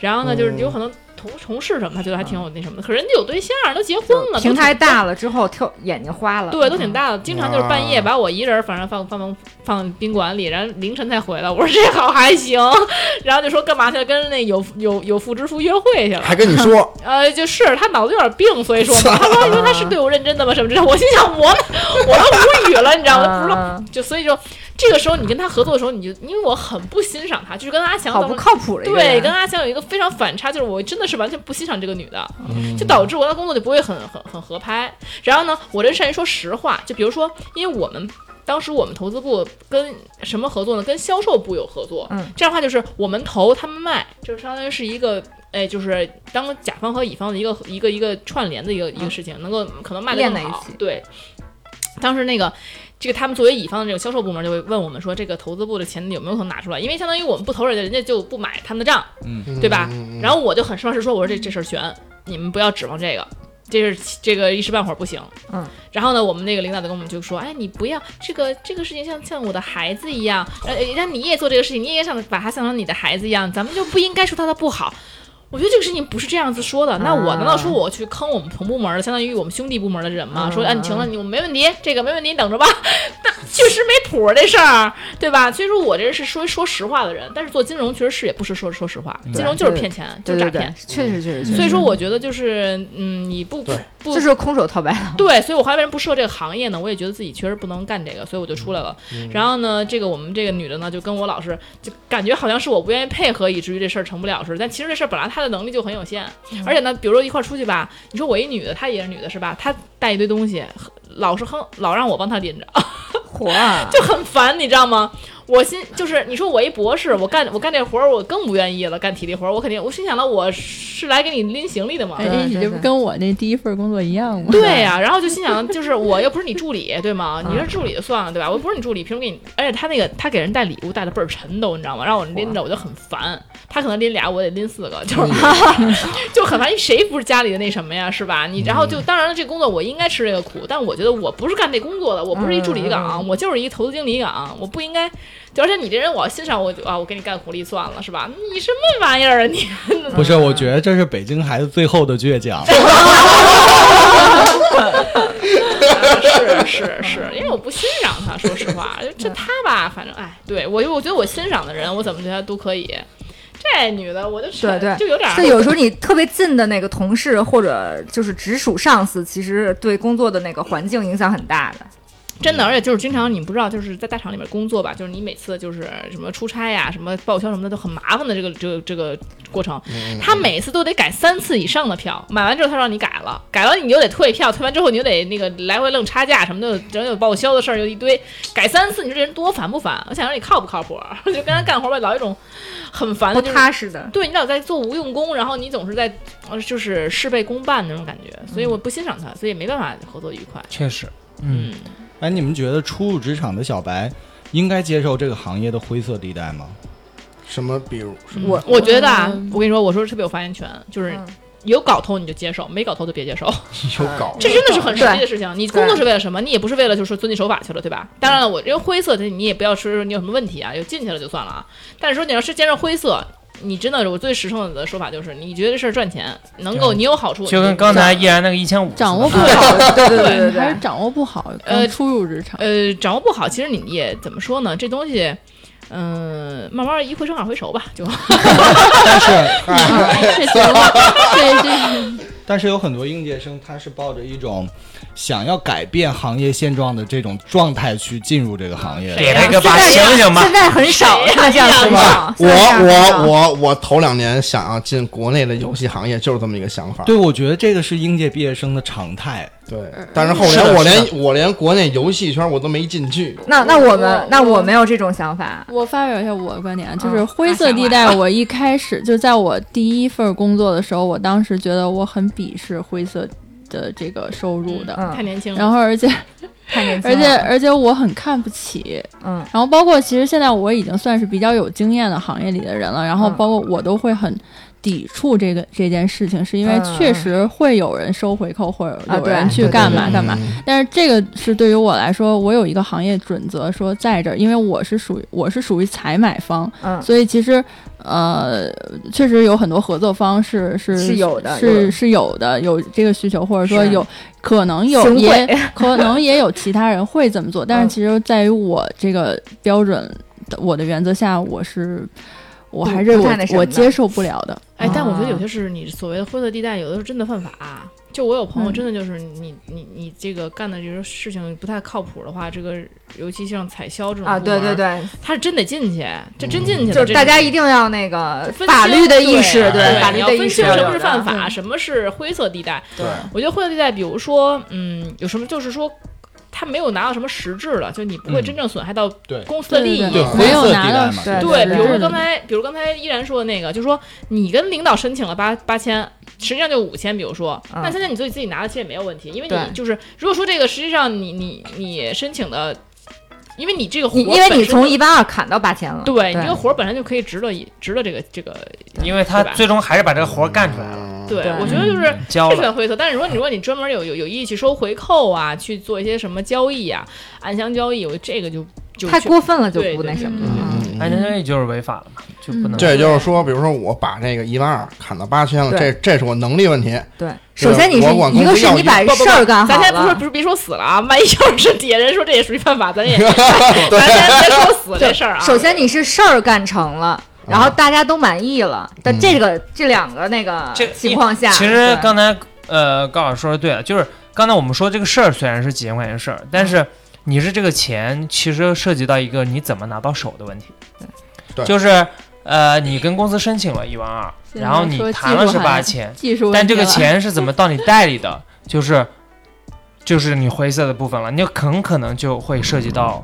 然后呢，哦就是有很多同同事什么，她觉得还挺有那什么的。可人家有对象，都结婚了，都平挺台大了之后，跳眼睛花了，嗯对，都挺大的，经常就是半啊夜把我一人儿，反正放放放放宾馆里，然后凌晨才回来。我说这好还行， 然后就说干嘛去了？跟那有有有妇之夫约会去了。还跟你说，呃，就是他脑子有点病，所以说嘛，他说你说他是对我认真的吗？什么之类的。我心想我呢，我都无语了，你知道吗？我都不知道，嗯，就所以就这个时候你跟他合作的时候，你就因为我很不欣赏他，就是跟阿翔好当不时靠谱的一个对，人。跟阿翔有一个非常反差，就是我真的是完全不欣赏这个女的，嗯嗯就导致我的工作就不会很很很合拍。然后呢，我这善于说实话，就比如说，因为我们。当时我们投资部跟什么合作呢？跟销售部有合作。嗯，这样的话就是我们投，他们卖，就是相当于是一个，哎，就是当甲方和乙方的一个一个一个串联的一个、一个事情，能够可能卖得链更嗯在一好起。对，当时那个这个他们作为乙方的这个销售部门就会问我们说，这个投资部的钱有没有可能拿出来？因为相当于我们不投人家，人家就不买他们的账，嗯对吧嗯嗯然后我就很实话实说，我说这这事儿悬，你们不要指望这个。这是这个一时半会儿不行，嗯。然后呢，我们那个领导就跟我们就说，哎，你不要这个这个事情像像我的孩子一样，呃，让你也做这个事情，你也想把他想成你的孩子一样，咱们就不应该说他的不好。我觉得这个事情不是这样子说的。那我难道说我去坑我们同部门的，相当于我们兄弟部门的人吗？说，啊，你行了，你我没问题，这个没问题，你等着吧。 那确实没谱儿这事儿，对吧？所以说我这是说说实话的人，但是做金融确实是也不是说说实话，金融就是骗钱，啊就对是诈对对骗。，嗯确实确实确实，所以说，我觉得就是，嗯，你不对不就是空手套白 狼。对，所以我后来为什么不适合这个行业呢？我也觉得自己确实不能干这个，所以我就出来了。然后呢，这个我们这个女的呢，就跟我老是就感觉好像是我不愿意配合，以至于这事儿成不了似的。但其实这事儿本来她的能力就很有限，嗯而且呢，比如说一块儿出去吧，你说我一女的，她也是女的是吧？她带一堆东西，老是哼，老让我帮她拎着，火啊！就很烦，你知道吗？我心就是，你说我一博士，我干我干这活儿，我更不愿意了，干体力活儿，我肯定，我心想了，我是来给你拎行李的嘛，哎，对你对这不对跟我那第一份工作一样吗？对呀、然后就心想，就是我又不是你助理， 对吗？你是助理就算了，对吧？我不是你助理，凭什么给你？而且他那个他给人带礼物带的倍儿沉都，你知道吗？让我拎着我就很烦。他可能拎俩，我得拎四个，就是、 就很烦。谁不是家里的那什么呀，是吧？你然后就当然了，这工作我应该吃这个苦，但我觉得我不是干这工作的，我不是一助理岗，我就是一投资经理岗，我不应该。就而且你这人，我要欣赏我就啊，我给你干苦力算了，是吧？你什么玩意儿啊你？不是，我觉得这是北京孩子最后的倔强。 是是 嗯是，因为我不欣赏他，说实话，就这他吧，反正哎，对我我觉得我欣赏的人，我怎么对他都可以。这女的，我就对对，就有点儿 就有时候你特别近的那个同事或者就是直属上司，其实对工作的那个环境影响很大的。真的，而且就是经常你不知道，就是在大厂里面工作吧，就是你每次就是什么出差呀、什么报销什么的，都很麻烦的这个这个这个过程。嗯他每次都得改三次以上的票，买完之后他让你改了，改了你又得退票，退完之后你又得那个来回愣差价什么的，然后有报销的事儿又一堆，改三次，你说这人多烦不烦？我想让你靠不靠谱？啊就跟他干活吧，老有一种很烦不的，就是踏实的，对你老在做无用功，然后你总是在呃就是事倍功半那种感觉，所以我不欣赏他，所以没办法合作愉快。确实，嗯，哎，你们觉得初入职场的小白应该接受这个行业的灰色地带吗？什么？比如什么我我觉得啊嗯，我跟你说，我说特别有发言权，就是嗯有搞头你就接受，没搞头就别接受。有搞这真的是很实际的对事情。你工作是为了什么？你也不是为了就是说遵纪守法去了，对吧？当然了，我因为灰色的你也不要说你有什么问题啊，就进去了就算了啊。但是说你要是接受灰色。你真的，我最实诚的说法就是，你觉得这事儿赚钱，能够对你有好处，就跟刚才依然那个一千五，掌握不对好，对对对对还是对，掌握不好，呃刚初入职场。 呃，掌握不好，其实你也怎么说呢？这东西，嗯、慢慢一回生二回熟吧，就但是，这行了，这这 但是有很多应届生他是抱着一种想要改变行业现状的这种状态去进入这个行业的。给他一个吧，现醒在醒吧。现在很少谁呀像这样很少。我现在这样很少我我我头两年想要进国内的游戏行业，就是这么一个想法。对，我觉得这个是应届毕业生的常态。对，但是后是的来我是连我连国内游戏圈我都没进去。那那我们我那我没有这种想法，我发表一下我的观点，啊，就嗯是灰色地带。 我一开始就在我第一份工作的时候，我当时觉得我很鄙视灰色的这个收入的，嗯太年轻了。然后而且太年轻而了，且而且我很看不起，嗯然后包括其实现在我已经算是比较有经验的行业里的人了，然后嗯包括我都会很抵触这个这件事情，是因为嗯嗯确实会有人收回扣或者啊有对人去对对干对嗯嘛干嘛，嗯但是这个是对于我来说，我有一个行业准则，说在这儿，因为我是属于我是属于采买方，嗯所以其实呃，确实有很多合作方是是是有的有是的是有的，有这个需求，或者说是有可能有行也贿 可能也有其他人会这么做，但嗯是其实在于我这个标准的我的原则下，我是我不还是不我太那什么我的接受不了的。哎，但我觉得有啊些是你所谓的灰色地带，有的是真的犯法，啊就我有朋友，嗯真的就是你、你你这个干的这个事情不太靠谱的话，这个尤其像采销这种啊，部对门对儿，对，他是真得进去，这真进去了就是这大家一定要那个分清法律的意识，对法律的意识你要分清要有什么是的嗯犯法，什么是灰色地带。对，我觉得灰色地带，比如说，嗯，有什么就是说。他没有拿到什么实质了，就你不会嗯真正损害到对公司的利益。对对没有灰色拿地到带嘛对对，比如是说的刚才，比如刚才依然说的那个，就说你跟领导申请了八八千，实际上就五千，比如说，嗯那现在你自己自己拿的其实也没有问题，因为对你就是如果说这个实际上你你你申请的，因为你这个活你因为本你身从就一万二砍到八千了，对你这个对活儿本身就可以值了一值了这个这个，因为他对吧最终还是把这个活儿干出来了，嗯对对嗯我觉得就是。交是了。很灰色，但是如果你说你专门有有有意去收回扣啊，去做一些什么交易啊，暗箱交易，我这个就就太去过分了就对不对那对什嗯么对了对啊。哎，那那就是违法了嘛，就不能。这也就是说，比如说我把这个一万二砍到八千了，对这这是我能力问题。对，就首是先你是我管一公个司是要你一把不不事儿干好咱了，先不说，不是别说死了啊，万一要是 底下人说这也属于犯法，咱也 咱先别说死这事 儿啊。首先你是事儿干成了，然后大家都满意了，但嗯这个这两个那个这个情况嗯下，其对实刚才呃高老师说的对了，就是刚才我们说这个事儿虽然是几千块钱的事儿，但是你是这个钱其实涉及到一个你怎么拿到手的问题，对就是呃你跟公司申请了一万二，现在然后你说谈记了录是还八千，技术问但这题个了钱是怎么 到你袋里的，就是就是你灰色的部分了，你就很可能就会涉及到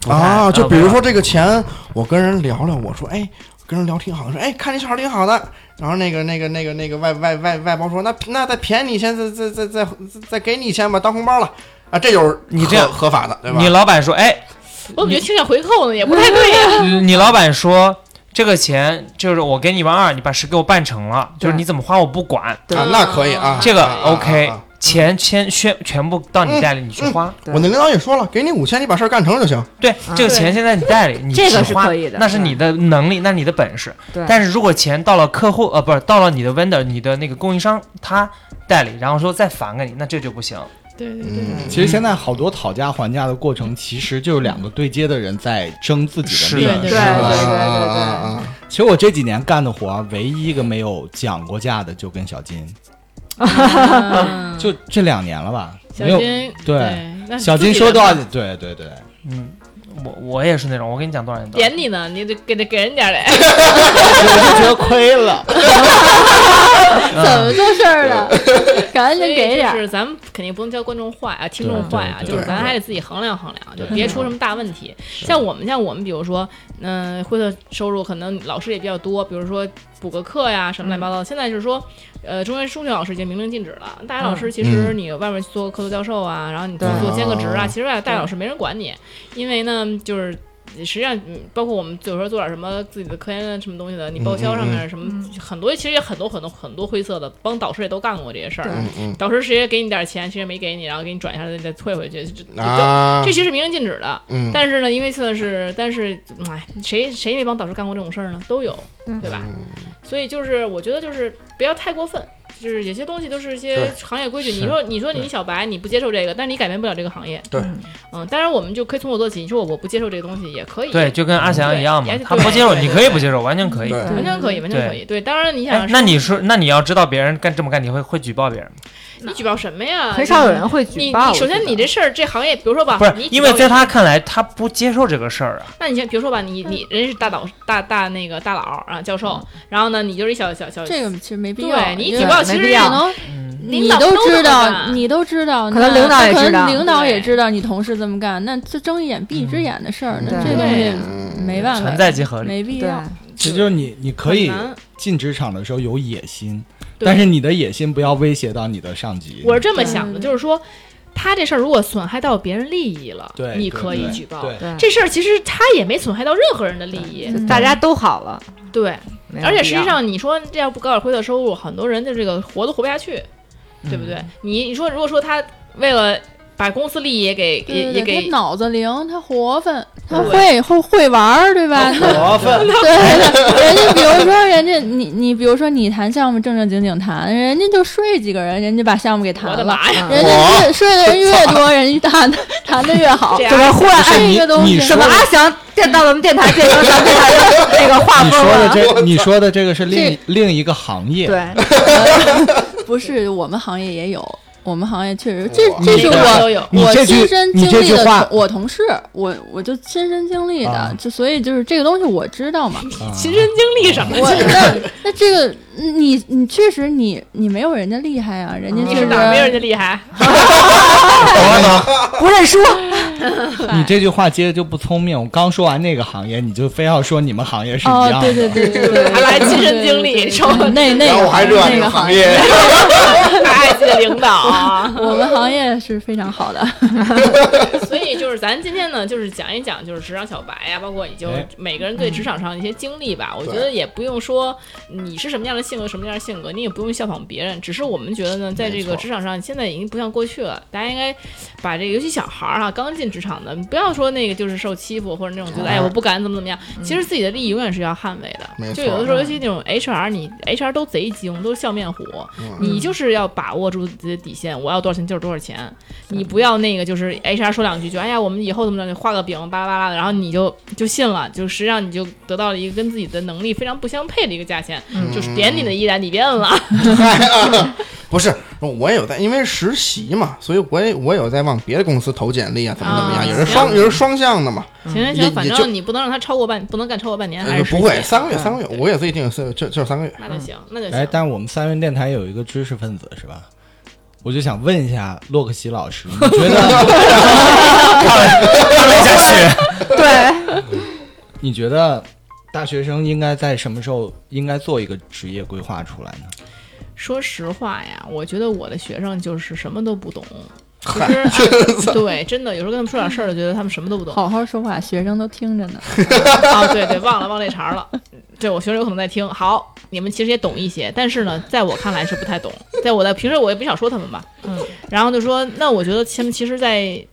不太啊，就比如。呃说这个钱，我跟人聊聊，我说，哎，跟人聊挺好的，说，哎，看你小孩挺好的。然后那个那个那个那个外外外外包说，那那再便宜你一千，再再再再再再给你一千吧，当红包了。啊，这就是你合这样合法的，对吧？你老板说， 哎，我怎么觉得听见回扣呢？也不太对呀、你老板说这个钱就是我给你一万二，你把事给我办成了，就是对你怎么花我不管，对啊，那可以啊，这个啊 OK，啊啊钱先宣全部到嗯你袋里，你去花。对我那领导也说了，给你五千，你把事儿干成了就行。对，这个嗯对钱现在你袋里，你这个只花是可以的嗯那是你的能力，那是你的本事。对但是如果钱到了客户，呃，不是到了你的 vendor，你的那个供应商他袋里，然后说再返给你，那这就不行。 对对对，嗯，其实现在好多讨价还价的过程，其实就是两个对接的人在争自己的利益。是的对对啊啊对对啊对。啊其实我这几年干的活儿，唯一一个没有讲过价的，就跟小金，嗯就这两年了吧，小没有。金对，那小金说多少？对对对，嗯，我我也是那种，我跟你讲多少钱多少钱点你呢，你得给得给人点儿嘞。我就觉得亏了。啊怎么做事儿了？ 赶紧给点就儿。是咱们肯定不能教观众坏啊，听众对坏啊，对就是对咱对还得自己衡量衡量，就对别出什么大问题。像我们，像我们，比如说，嗯、会的收入可能老师也比较多，比如说补个课呀，什么乱七八糟的。现在就是说，呃，中学中学老师已经明令禁止了，大学老师其实你外面做客座教授啊，然后你做对做兼个职啊，哦其实大学老师没人管你，因为呢，就是。实际上，嗯包括我们有时候做点什么自己的科研啊什么东西的，你报销上面什么很多，其实也很多很多很多灰色的，帮导师也都干过这些事儿。对嗯嗯导师直接给你点钱，其实没给你，然后给你转一下，再再退回去，这这、啊，这其实是明令禁止的。嗯，但是呢，因为算是，但是，嗯哎，谁谁没帮导师干过这种事儿呢？都有，嗯对吧？所以就是，我觉得就是不要太过分，就是有些东西都是一些对行业规矩。是你说，你说你小白，你不接受这个，但是你改变不了这个行业。对嗯嗯，当然我们就可以从我做起。你说我我不接受这个东西也可以，对，就跟阿翔一样嘛对，他不接受，对对你可以不接受，完全可以。对完全可以，完全可以。对，当然你哎想，，那你说，那你要知道别人干这么干，你会会举报别人吗？你举报什么呀？很少有人会你举报。你首先你这事儿这行业，比如说吧，不是啊你，举因为报在一个他看来，他不接受这个事儿啊。那你先比如说吧，你嗯你人是大导大大那个大佬啊教授，然后呢你就是一小小小，这个其实没必要，对你因为举报报没其实必要可能嗯，领你导都这么知道，干你都知道，可能那领导也可能知道领导也对知道你同事这么干，那这睁一眼闭一只眼的事儿，那这东对西没办法，存在即合理。没必对要。 其实就是你，你可以很难进职场的时候有野心，对但是你的野心不要威胁到你的上级。我是这么想的，对就是说他这事儿如果损害到别人利益了，对，你对可以对举报。对，对这事儿其实他也没损害到任何人的利益，就大家都好了，对。没有而且必实要际上，你说这要不高点灰色收入，很多人的这个活都活不下去，对不对？嗯你你说如果说他为了把公司利益也给也对也对对，给他脑子灵，他活泛，他对会会会玩儿，对吧？那活分。对 对，人家比如说，人家你你比如说你谈项目正正经经谈，人家就睡几个人，人家把项目给谈我的了，妈呀，啊人家越睡的人越多，人家谈的谈的越好这，样怎么忽然不是哎你这个东西你怎说么阿翔电到咱们电台变成咱们电台的那个画你风啊说的了？这，你说的这个是另一另一个行业，对，不是，我们行业也有，我们行业确实，这哇这是每个我都有。你我这亲句身你经这历句的话同，我同事，我我就亲身经历的，啊就所以就是这个东西我知道 嘛。啊亲身经历什么？我那那这个嗯你你确实你你没有人家厉害啊，人家你你就是是哪儿没人家厉害？ 不认输，你这句话接着就不聪明。我刚说完那个行业，你就非要说你们行业是一样的。哦，对对对对对， 还来亲身经历，说嗯那那然后个我还热爱这个那个行行业， 爱自己的领导啊。我们行业是非常好的。所以就是咱今天呢，就是讲一讲就是职场小白啊呀、包括也就哎每个人对职场上的一些经历吧。我觉得也不用说你是什么样的性格，什么样的性格，你也不用效仿别人。只是我们觉得呢，在这没错个职场上，现在已经不像过去了，大家应该把这个，尤其小孩儿啊，刚进职场的，不要说那个就是受欺负或者那种觉得哎我不敢怎么怎么样，其实自己的利益永远是要捍卫嗯没的。错就有的时候，尤其那种 HR，你 HR 都贼精，都是笑面虎，嗯你就是要把握住自己的底线，我要多少钱就是多少钱，你不要那个就是 HR 说两句就哎呀我们以后怎么着，画个饼巴拉巴拉的，然后你就就信了，就实际上你就得到了一个跟自己的能力非常不相配的一个价钱，嗯就是点你的依然你别摁了，不是，我也有在，因为实习嘛，所以我也我有在往别的公司投简历啊，怎么怎么样，啊也是双也是双向的嘛。行行也行，反也就正你不能让他超过半，不能干超过半年，还是呃嗯不实会，习三个月，三个月，我也最定是就就三个月。那就行，那就哎，行。但是我们三元电台有一个知识分子是吧？我就想问一下洛克希老师，你觉得 对， 你觉得大学生应该在什么时候应该做一个职业规划出来呢？说实话呀，我觉得我的学生就是什么都不懂。其 实，对，真的有时候跟他们说点事儿，就觉得他们什么都不懂。好好说话，学生都听着呢。 啊，对对，忘了忘这茬儿了。嗯对我学生有可能在听。好，你们其实也懂一些，但是呢，在我看来是不太懂。在我的平时我也不想说他们吧，嗯，然后就说，那我觉得他们其实，在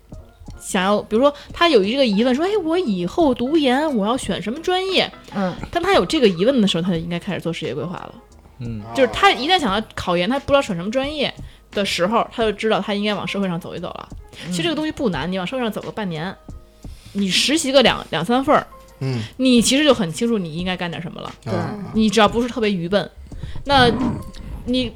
想要，比如说他有一个疑问，说，哎，我以后读研我要选什么专业？嗯，当他有这个疑问的时候，他就应该开始做职业规划了。嗯，就是他一旦想要考研，他不知道选什么专业的时候，他就知道他应该往社会上走一走了。其实这个东西不难，你往社会上走个半年，你实习个两两三份儿，嗯，你其实就很清楚你应该干点什么了。对啊你只要不是特别愚笨，那你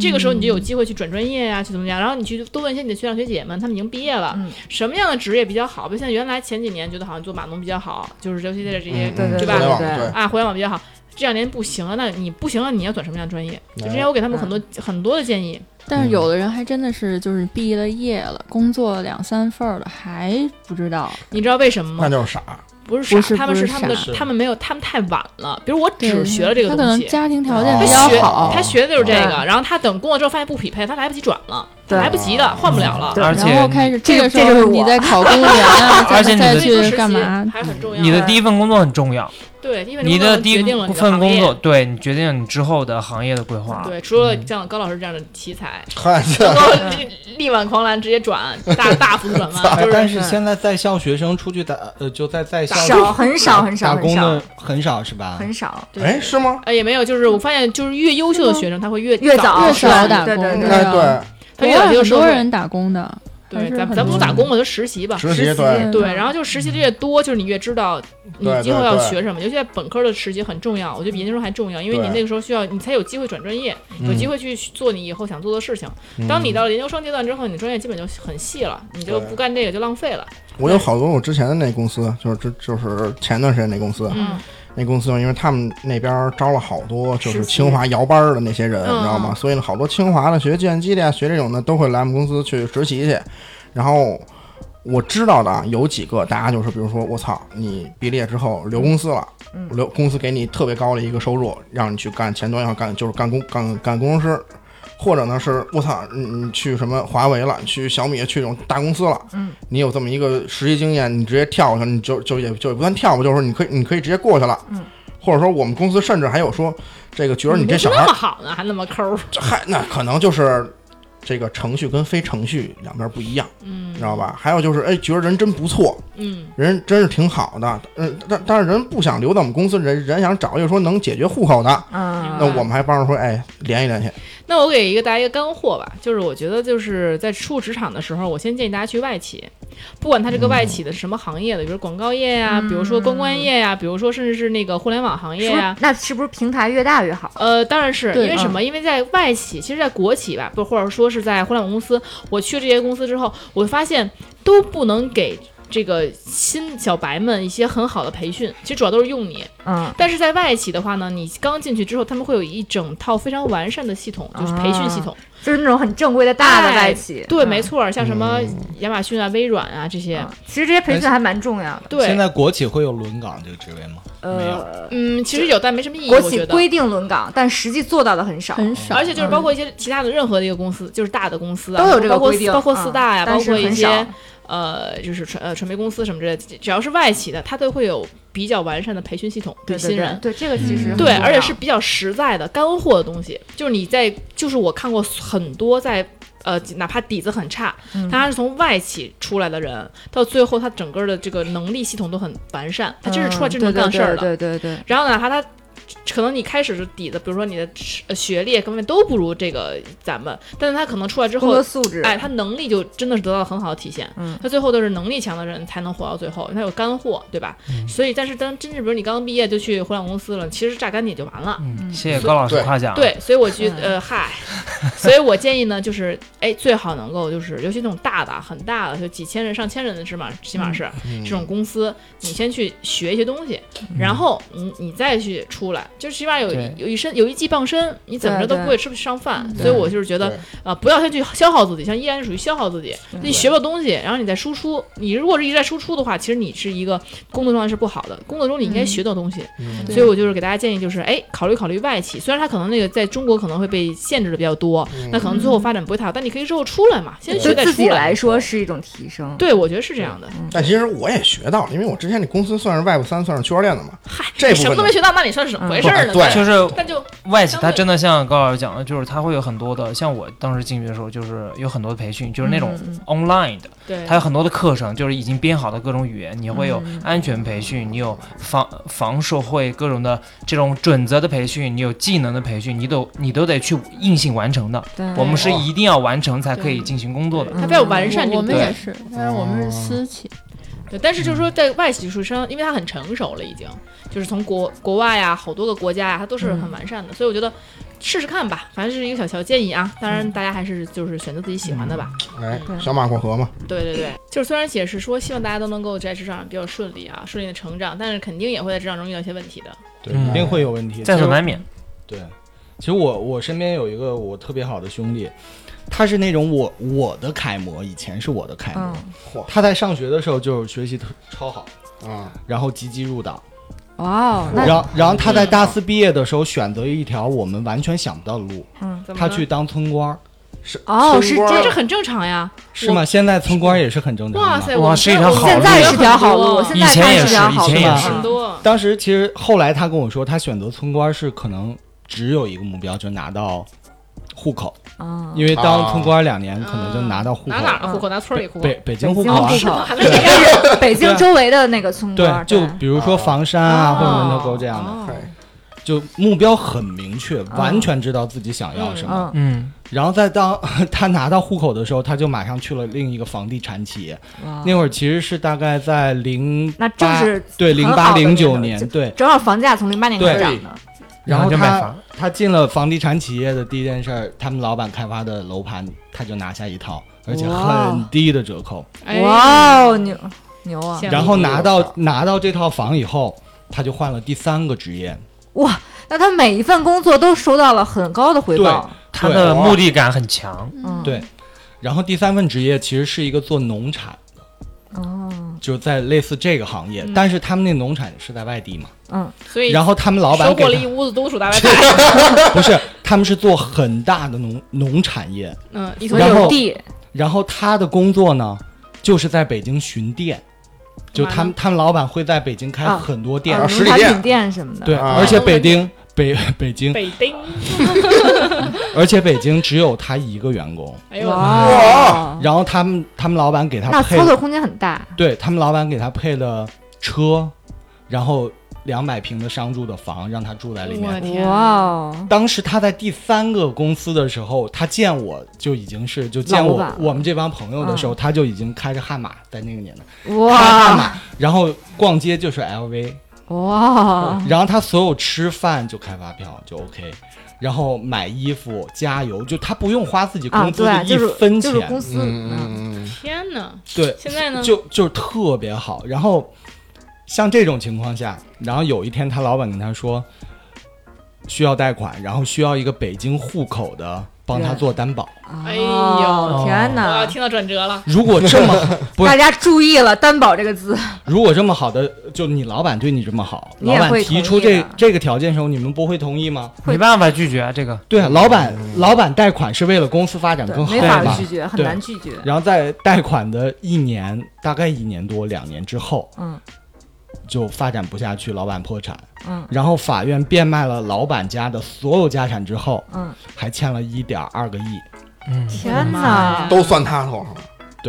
这个时候你就有机会去转专业呀、去怎么样？然后你去多问一些你的学长学姐们，他们已经毕业了，嗯什么样的职业比较好？不像原来前几年觉得好像做码农比较好，就是尤其在这些、嗯对对对吧互联网对啊互联网比较好。这两年不行了，那你不行了，你要转什么样的专业？就之前我给他们很嗯多、很多的建议，但是有的人还真的是就是毕了业了，工作了两三份儿了，还不知道。你知道为什么吗？那就是傻。不是傻，不是他们不是是他们的傻，他们没有，他们太晚了。比如我对只学了这个他东西，可能家庭条件哦比他学较好，他学的就是这个，对然后他等工作之后发现不匹配，他来不及转了，对来不及的，换不了了。对而且然后开始这个个时候这就是我你在考公务员啊，而且你的再所以说实去习干嘛？还很重要。你的第一份工作很重要，对，因为你的第一决定了你的份行工业作，。对你决定你之后的行业的规划。对，除了像高老师这样的奇才， 嗨，这能够力力挽狂澜，直接转大大幅度转 弯，就但啊但是是现在在校学生出去打呃就在在校少很少很少很打工的少很少是吧？很少，对哎是吗？呃也没有，就是我发现就是越优秀的学生他会越越早早越是哦少打对工，对对啊哎对，他国越外早就很社多会人打工的，对，还是咱们很咱不说多打工吧，就实习吧。实实习习对，对，然后就是实习的越多，就是你越知道你对今后对要对学什么，尤其在本科的实习很重要，我觉得比研究生还重要，因为你对嗯那个时候需要你才有机会转专业，有机会去做你以后想做的事情。当你到了研究生阶段之后，你专业基本就很细了，你就对不干这个就浪费了。我有好多我之前的那公司，就是之就是前段时间那公司， 嗯，那公司因为他们那边招了好多就实是习清华摇班儿的那些人，你嗯知道吗？嗯所以呢，好多清华的学计算机的呀、学这种的都会来我们公司去实习去。然后我知道的啊，有几个大家就是，比如说我操，你毕业之后留公司了，嗯留公司给你特别高的一个收入，让你去干前端，要干就是干工干干工程师。或者呢是我操，你你去什么华为了，去小米，去这种大公司了，嗯，你有这么一个实习经验，你直接跳过去，你就就也就也不算跳吧，就是你可以你可以直接过去了，嗯，或者说我们公司甚至还有说，这个觉得你这为什小么孩那么儿好呢，还那么抠儿。这还那可能就是这个程序跟非程序两边不一样，嗯你知道吧？还有就是哎，觉得人真不错，嗯，人真是挺好的，嗯，但但是人不想留在我们公司，人人想找一个说能解决户口的，嗯，那我们还帮着说哎联系联系，那我给一个大家一个干货吧，就是我觉得就是在初入职场的时候，我先建议大家去外企，不管它这个嗯外企的是什么行业的，比如广告业呀、比如说公关业呀、比如说甚至是那个互联网行业嗯是不呀、是？那是不是平台越大越好？呃，当然是对因为什嗯么？因为在外企，其实，在国企吧，不或者说是在互联网公司，我去这些公司之后，我会发现都不能给这个新小白们一些很好的培训，其实主要都是用你。嗯，但是在外企的话呢，你刚进去之后，他们会有一整套非常完善的系统，就是培训系统。就是那种很正规的大的哎外企。对，嗯没。错，像什么亚马逊啊、微软啊这些。嗯其实这些培训还蛮重要的。对现，在国企会有轮岗这个职位吗？没有呃，嗯，其实有，但没什么意义，国我企觉得。规定轮岗，但实际做到的很少。很少，啊而且就是包括一些其他的任何的一个公司，就是大的公司啊，嗯都有这个包括规定包括四大呀、嗯但包是括一很少些呃，就是传呃传媒公司什么之类的，只要是外企的，它都会有比较完善的培训系统对新人。对嗯对对这啊个其实很对，重而且要是比较实在的干货的东西，就是你在，就是我看过很多在，呃，哪怕底子很差，嗯他是从外企出来的人，到最后他整个的这个能力系统都很完善，他真是出来嗯真正对对干事儿的。对对对对，然后哪怕他可能你开始是底子，比如说你的呃学历各方面都不如这个咱们，但是他可能出来之工作后，素质，哎，他能力就真的是得到了很好的体现。嗯他最后都是能力强的人才能活到最后，他有干货，对吧？所以，但是当真是比如你刚毕业就去互联网公司了，其实榨干你就完了。嗯，谢谢高老师对夸奖。，啊对，所以我觉得，呃，嗨，所以我建议呢，就是，哎，最好能够就是，尤其那种大的、很大的，就几千人、上千人的，起码起码是、嗯这种公司，你先去学一些东西，然后你你再去出来，就起码有对有一身有一技傍身，你怎么着对都对不会吃不上饭。所以我就是觉得对，啊，不要先去消耗自己，像依然是属于消耗自己，你学过东西，然后你再输出。你如果是一直在输出的话，其实你是一个工作状态是不好的，工作中你应该学到东西。嗯所以我就是给大家建议，就是哎，考虑考虑外企，虽然它可能那个在中国可能会被限制的比较多，嗯那可能最后发展不会太好，但你可以之后出来嘛，先学对再自出己来来。说是一种提升。对，我觉得是这样的。但其实我也学到了，因为我之前那公司算是 Web 三，算是区块链的嘛，嗨，这你部什么分都的没学到，那你算是怎么回事儿呢？嗯对就是但就外企它相对真的像高老师讲的，就是它会有很多的，像我当时进去的时候，就是有很多的培训，就是那嗯种 online 的，对它有很多的课程，就是已经编好的各种语言，你会有安全培训，你有防防受贿各种的这种准则的培训，你有技能的培训，你都你都得去硬性完成的。对，我们是一定要完成才可以对进行工作的。它比较完善这嗯我个部我们分。也是，但是我们是私企，对，但是就是说，在外企出身，因为它很成熟了，已经就是从国国外呀，好多个国家呀，啊它都是很完善的，所以我觉得试试看吧，反正是一个小小建议啊。当然，大家还是就是选择自己喜欢的吧。哎，小马过河嘛，对对对，就是虽然解释说希望大家都能够在职场上比较顺利啊，顺利的成长，但是肯定也会在职场中遇到一些问题的。对，嗯肯定会有问题。在所其实难免，对，其实我我身边有一个我特别好的兄弟，他是那种我我的楷模，以前是我的楷模。嗯他在上学的时候就是学习特超好，啊，然后积极入党，哇哦，那然后然后他在大四毕业的时候选择一条我们完全想不到的路，嗯怎么他了去当村官儿，哦是村官这这这很正常呀！是吗？现在村官儿也嗯是很正常的哇嘛塞，哇我们是一条好现在路是条好路，啊嗯现以现在前看也是条是以好路前也啊是很多。当时其实后来他跟我说，他选择村官是可能只有一个目标，就拿到户口，嗯，因为当村官两年可能就拿到嗯户口，拿哪儿的户口？拿村里户口北。北京户口北京啊户。是吗？还没应该是北京周围的那个村对官，，就比如说房山啊，哦或者门头沟这样的，哦哎，就目标很明确，完全知道自己想要什么。嗯嗯，然后在当 他拿到户口的时候，他就马上去了另一个房地产企哦业。那会儿其实是大概在零那正是对很零好嗯八的零九那年种对，正好房价从零八年开始对涨的，然后就卖他房，他进了房地产企业的第一件事儿，他们老板开发的楼盘，他就拿下一套，而且哇很低的折扣。哎哇哦，牛牛啊！羡慕然后拿我到操拿到这套房以后，他就换了第三个职业。哇，那他每一份工作都收到了很高的回报，他对的目的感很强。嗯，对，然后第三份职业其实是一个做农产，哦，就在类似这个行业，嗯但是他们那农产是在外地嘛，嗯，所以然后他们老收板获了给一他屋子东鼠大白 菜。不是，他们是做很大的农农产业，嗯，一所坨以然有后地，然后他的工作呢，就是在北京巡店，就他们他们老板会在北京开啊很多店，啊，实农体产店品店什么的，对，啊而且北京北 北京，北丁。而且北京只有他一个员工，哎呦，哇，然后他们他们老板给他哦那配操作空间很大，对他们老板给他配了车，然后两百平的商住的房让他住在里面我。天，哇哦，当时他在第三个公司的时候，他见我就已经是就见老我板嗯我们这帮朋友的时候，他就已经开着悍马，在那个年代开悍哇马，然后逛街就是 LV，哦哇，然后他所有吃饭就开发票就 OK，然后买衣服、加油，就他不用花自己啊，工资对啊，的一就是分就钱，是公司，嗯嗯，嗯天哪！对，现在呢？就就是特别好。然后像这种情况下，然后有一天他老板跟他说需要贷款，然后需要一个北京户口的帮他人做担保。哎呦啊哦天我要哪！听到转折了，如果这么不大是，家注意了，“担保”这个字，如果这么好的，就你老板对你这么好，你老也板会提同出意这的这个条件的时候，你们不会同意吗？会没办法拒绝啊，这个对啊，老板，老板贷款是为了公司发展对，更好没法嘛拒。绝，很对难拒绝。然后在贷款的一年，大概一年多两年之后，嗯就发展不下去，老板破产。嗯然后法院变卖了老板家的所有家产之后，嗯，还欠了一点二个亿。嗯，天妈呀哪！都算他头上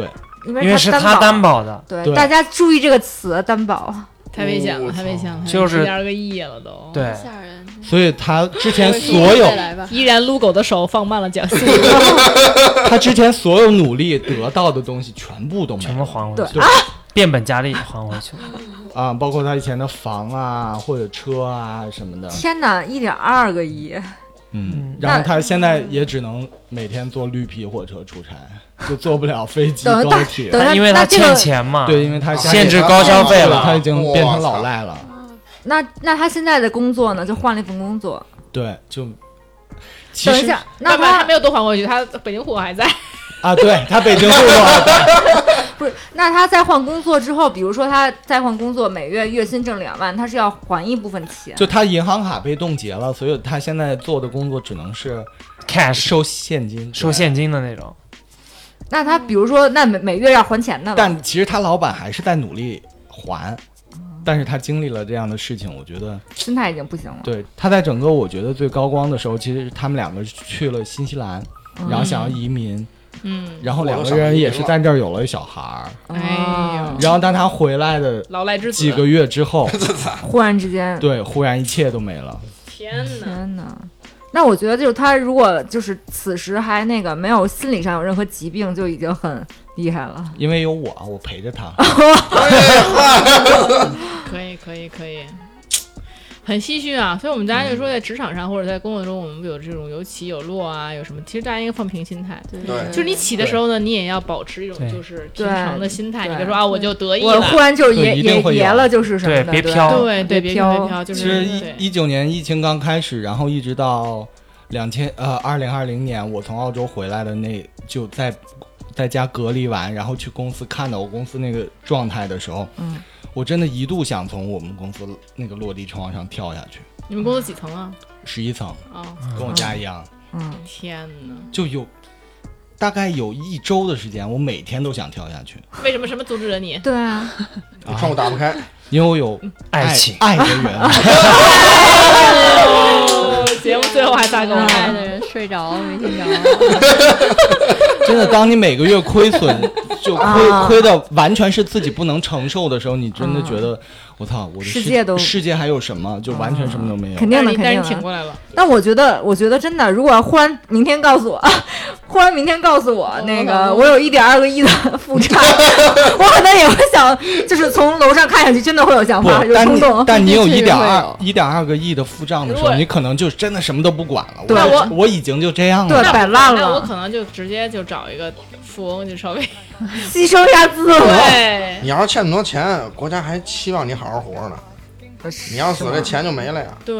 了。因因为嗯是他担担保，保的，对，对大家注意这个词“担保太危险了，我操太危险了，哦就是第二个亿了都。，对，吓人。所以他之前所有再来吧依然撸狗的手放慢了脚速。他之前所有努力得到的东西全部都没全有部还回对去，变本加厉还回去。啊，包括他以前的房啊或者车啊什么”。的。天哪，一点二个亿，嗯，然后他现在也只能每天坐绿皮火车出差，就坐不了飞机 等于高大，铁。等于因为那他这欠个，钱嘛，对，因为他限制高消费了他已经变成老。赖了。那那他现在的工作呢？就换了一份工作。对，就其等一实下， 那他他他没有多还回去，他北京户口还在。啊，对他北京啊户口，不是？那他在换工作之后，比如说他再换工作，每月月薪挣两万，他是要还一部分钱。 就他银行卡被冻结了，所以他现在做的工作只能是，cash 收现金，收对。现金的那种，那他比如说，那每每月要还钱的了。但其实他老板还是在努力还，但是他经历了这样的事情，我觉得心态已经不行了。对他在整个我觉得最高光的时候，其实他们两个去了新西兰，然后想要移民，嗯，然后两个人也是在这儿有了小孩儿，哎哦呦，然后当他回来的劳赖之子。几个月之 后，忽然之间，对，忽然一切都没了。天哪！天哪！那我觉得就是他如果就是此时还那个没有心理上有任何疾病，就已经很厉害了。因为有我，我陪着他。啊可以，可以，可以，很唏嘘啊。所以我们大家就说，在职场上或者在工作中，我们有这种有起有落啊，有什么？其实大家应该放平心态。对就是你起的时候呢，你也要保持一种对就是平常的心态。对你别说啊，我就得意我忽了。然就是爷对一定爷会有爷了，就是什么的，对别飘对对，别飘别飘。飘，就其是实对一一九年疫情刚开始，然后一直到两千呃二零二零年，我从澳洲回来的那就在在家隔离完，然后去公司看到我公司那个状态的时候，嗯，我真的一度想从我们公司那个落地窗上跳下去，你们公司几层啊？十一层啊，跟我家一样，嗯，天哪！就有大概有一周的时间，我每天都想跳下去，为什么什么阻止了你？对啊，啊窗户打不开，因为我有爱情。爱的人。哦节目最后还哎打狗爱了。的人睡着了没听着，真的，当你每个月亏损，就啊亏亏的完全是自己不能承受的时候，你真的觉得，我操，我的世界都世界还有什么？就完全什么都没有肯。但定是的，你但是肯你挺定的。过来了，但我觉得，我觉得真的，如果忽然明天告诉我， 忽然明天告诉我那个我有一点二个亿的负债， 我可能也会想，就是从楼上看下去，真的会有想不嗯法，有，但冲你动。 但你有这个一点会二有一点二个亿的负账的时候，对你可能就真的什么都不管了。对我我已经就这样对，了。摆烂那我了，可能就直接就找一个富翁，就稍微牺牲一下自我。对你要是欠那么多钱，国家还期望你好好活呢。你要死了，这钱就没了呀。 对，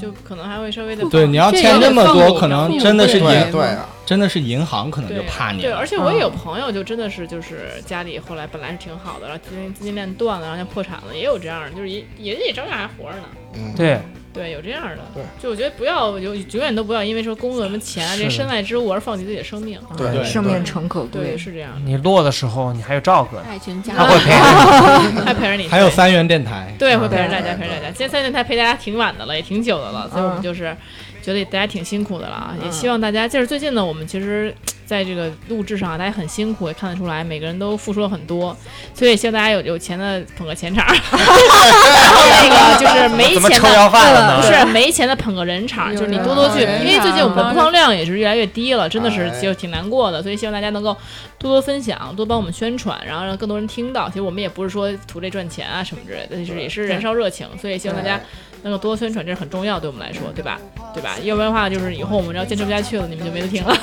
就可能还会稍微的对，你要这欠有这点么放多，狗可了能放真狗的是不银对对啊，真的是银行可能就对怕你对，了而。且我也有朋友，就真的是就是家里后来本来是挺好的，然后资金资金链断了，然后就破产了，也有这样的，就是也也也照样还活着呢。嗯，对，对，有这样的。对，就我觉得不要，就永远都不要因为说工作什么钱啊，是这的身外之物而放弃自己的生命。嗯对对生命诚可对，贵，是这样的，你落的时候你还有赵哥呢，爱群加他会陪你。还陪着你。还有三元电台，对，嗯会陪着大对家，陪着大家。今天三电台陪大家挺晚的了，也挺久嗯的了，所以我们就是觉得大家挺辛苦的了啊。也希望大家，就是最近呢，我们其实在这个录制上啊，大家很辛苦，也看得出来，每个人都付出了很多，所以希望大家有有钱的捧个钱场 儿， 然后那个就是没怎么钱抽的。要饭了不呢？ 是没钱的捧个人场儿，就是你多多去，有人场啊因为最近我们的播放量也是越来越低了，真的是哎就挺难过的，所以希望大家能够多多分享，多帮我们宣传，然后让更多人听到。其实我们也不是说图这赚钱啊什么之类的，但是也是燃烧热情，所以希望大家能够多宣传，这是很重要，对我们来说，对吧？对吧？要不然的话，就是以后我们要坚持不下去了，你们就没得听了。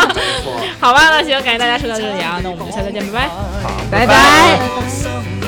好吧，那行，感谢大家收到这里啊，那我们就下次再见，拜拜。拜拜不相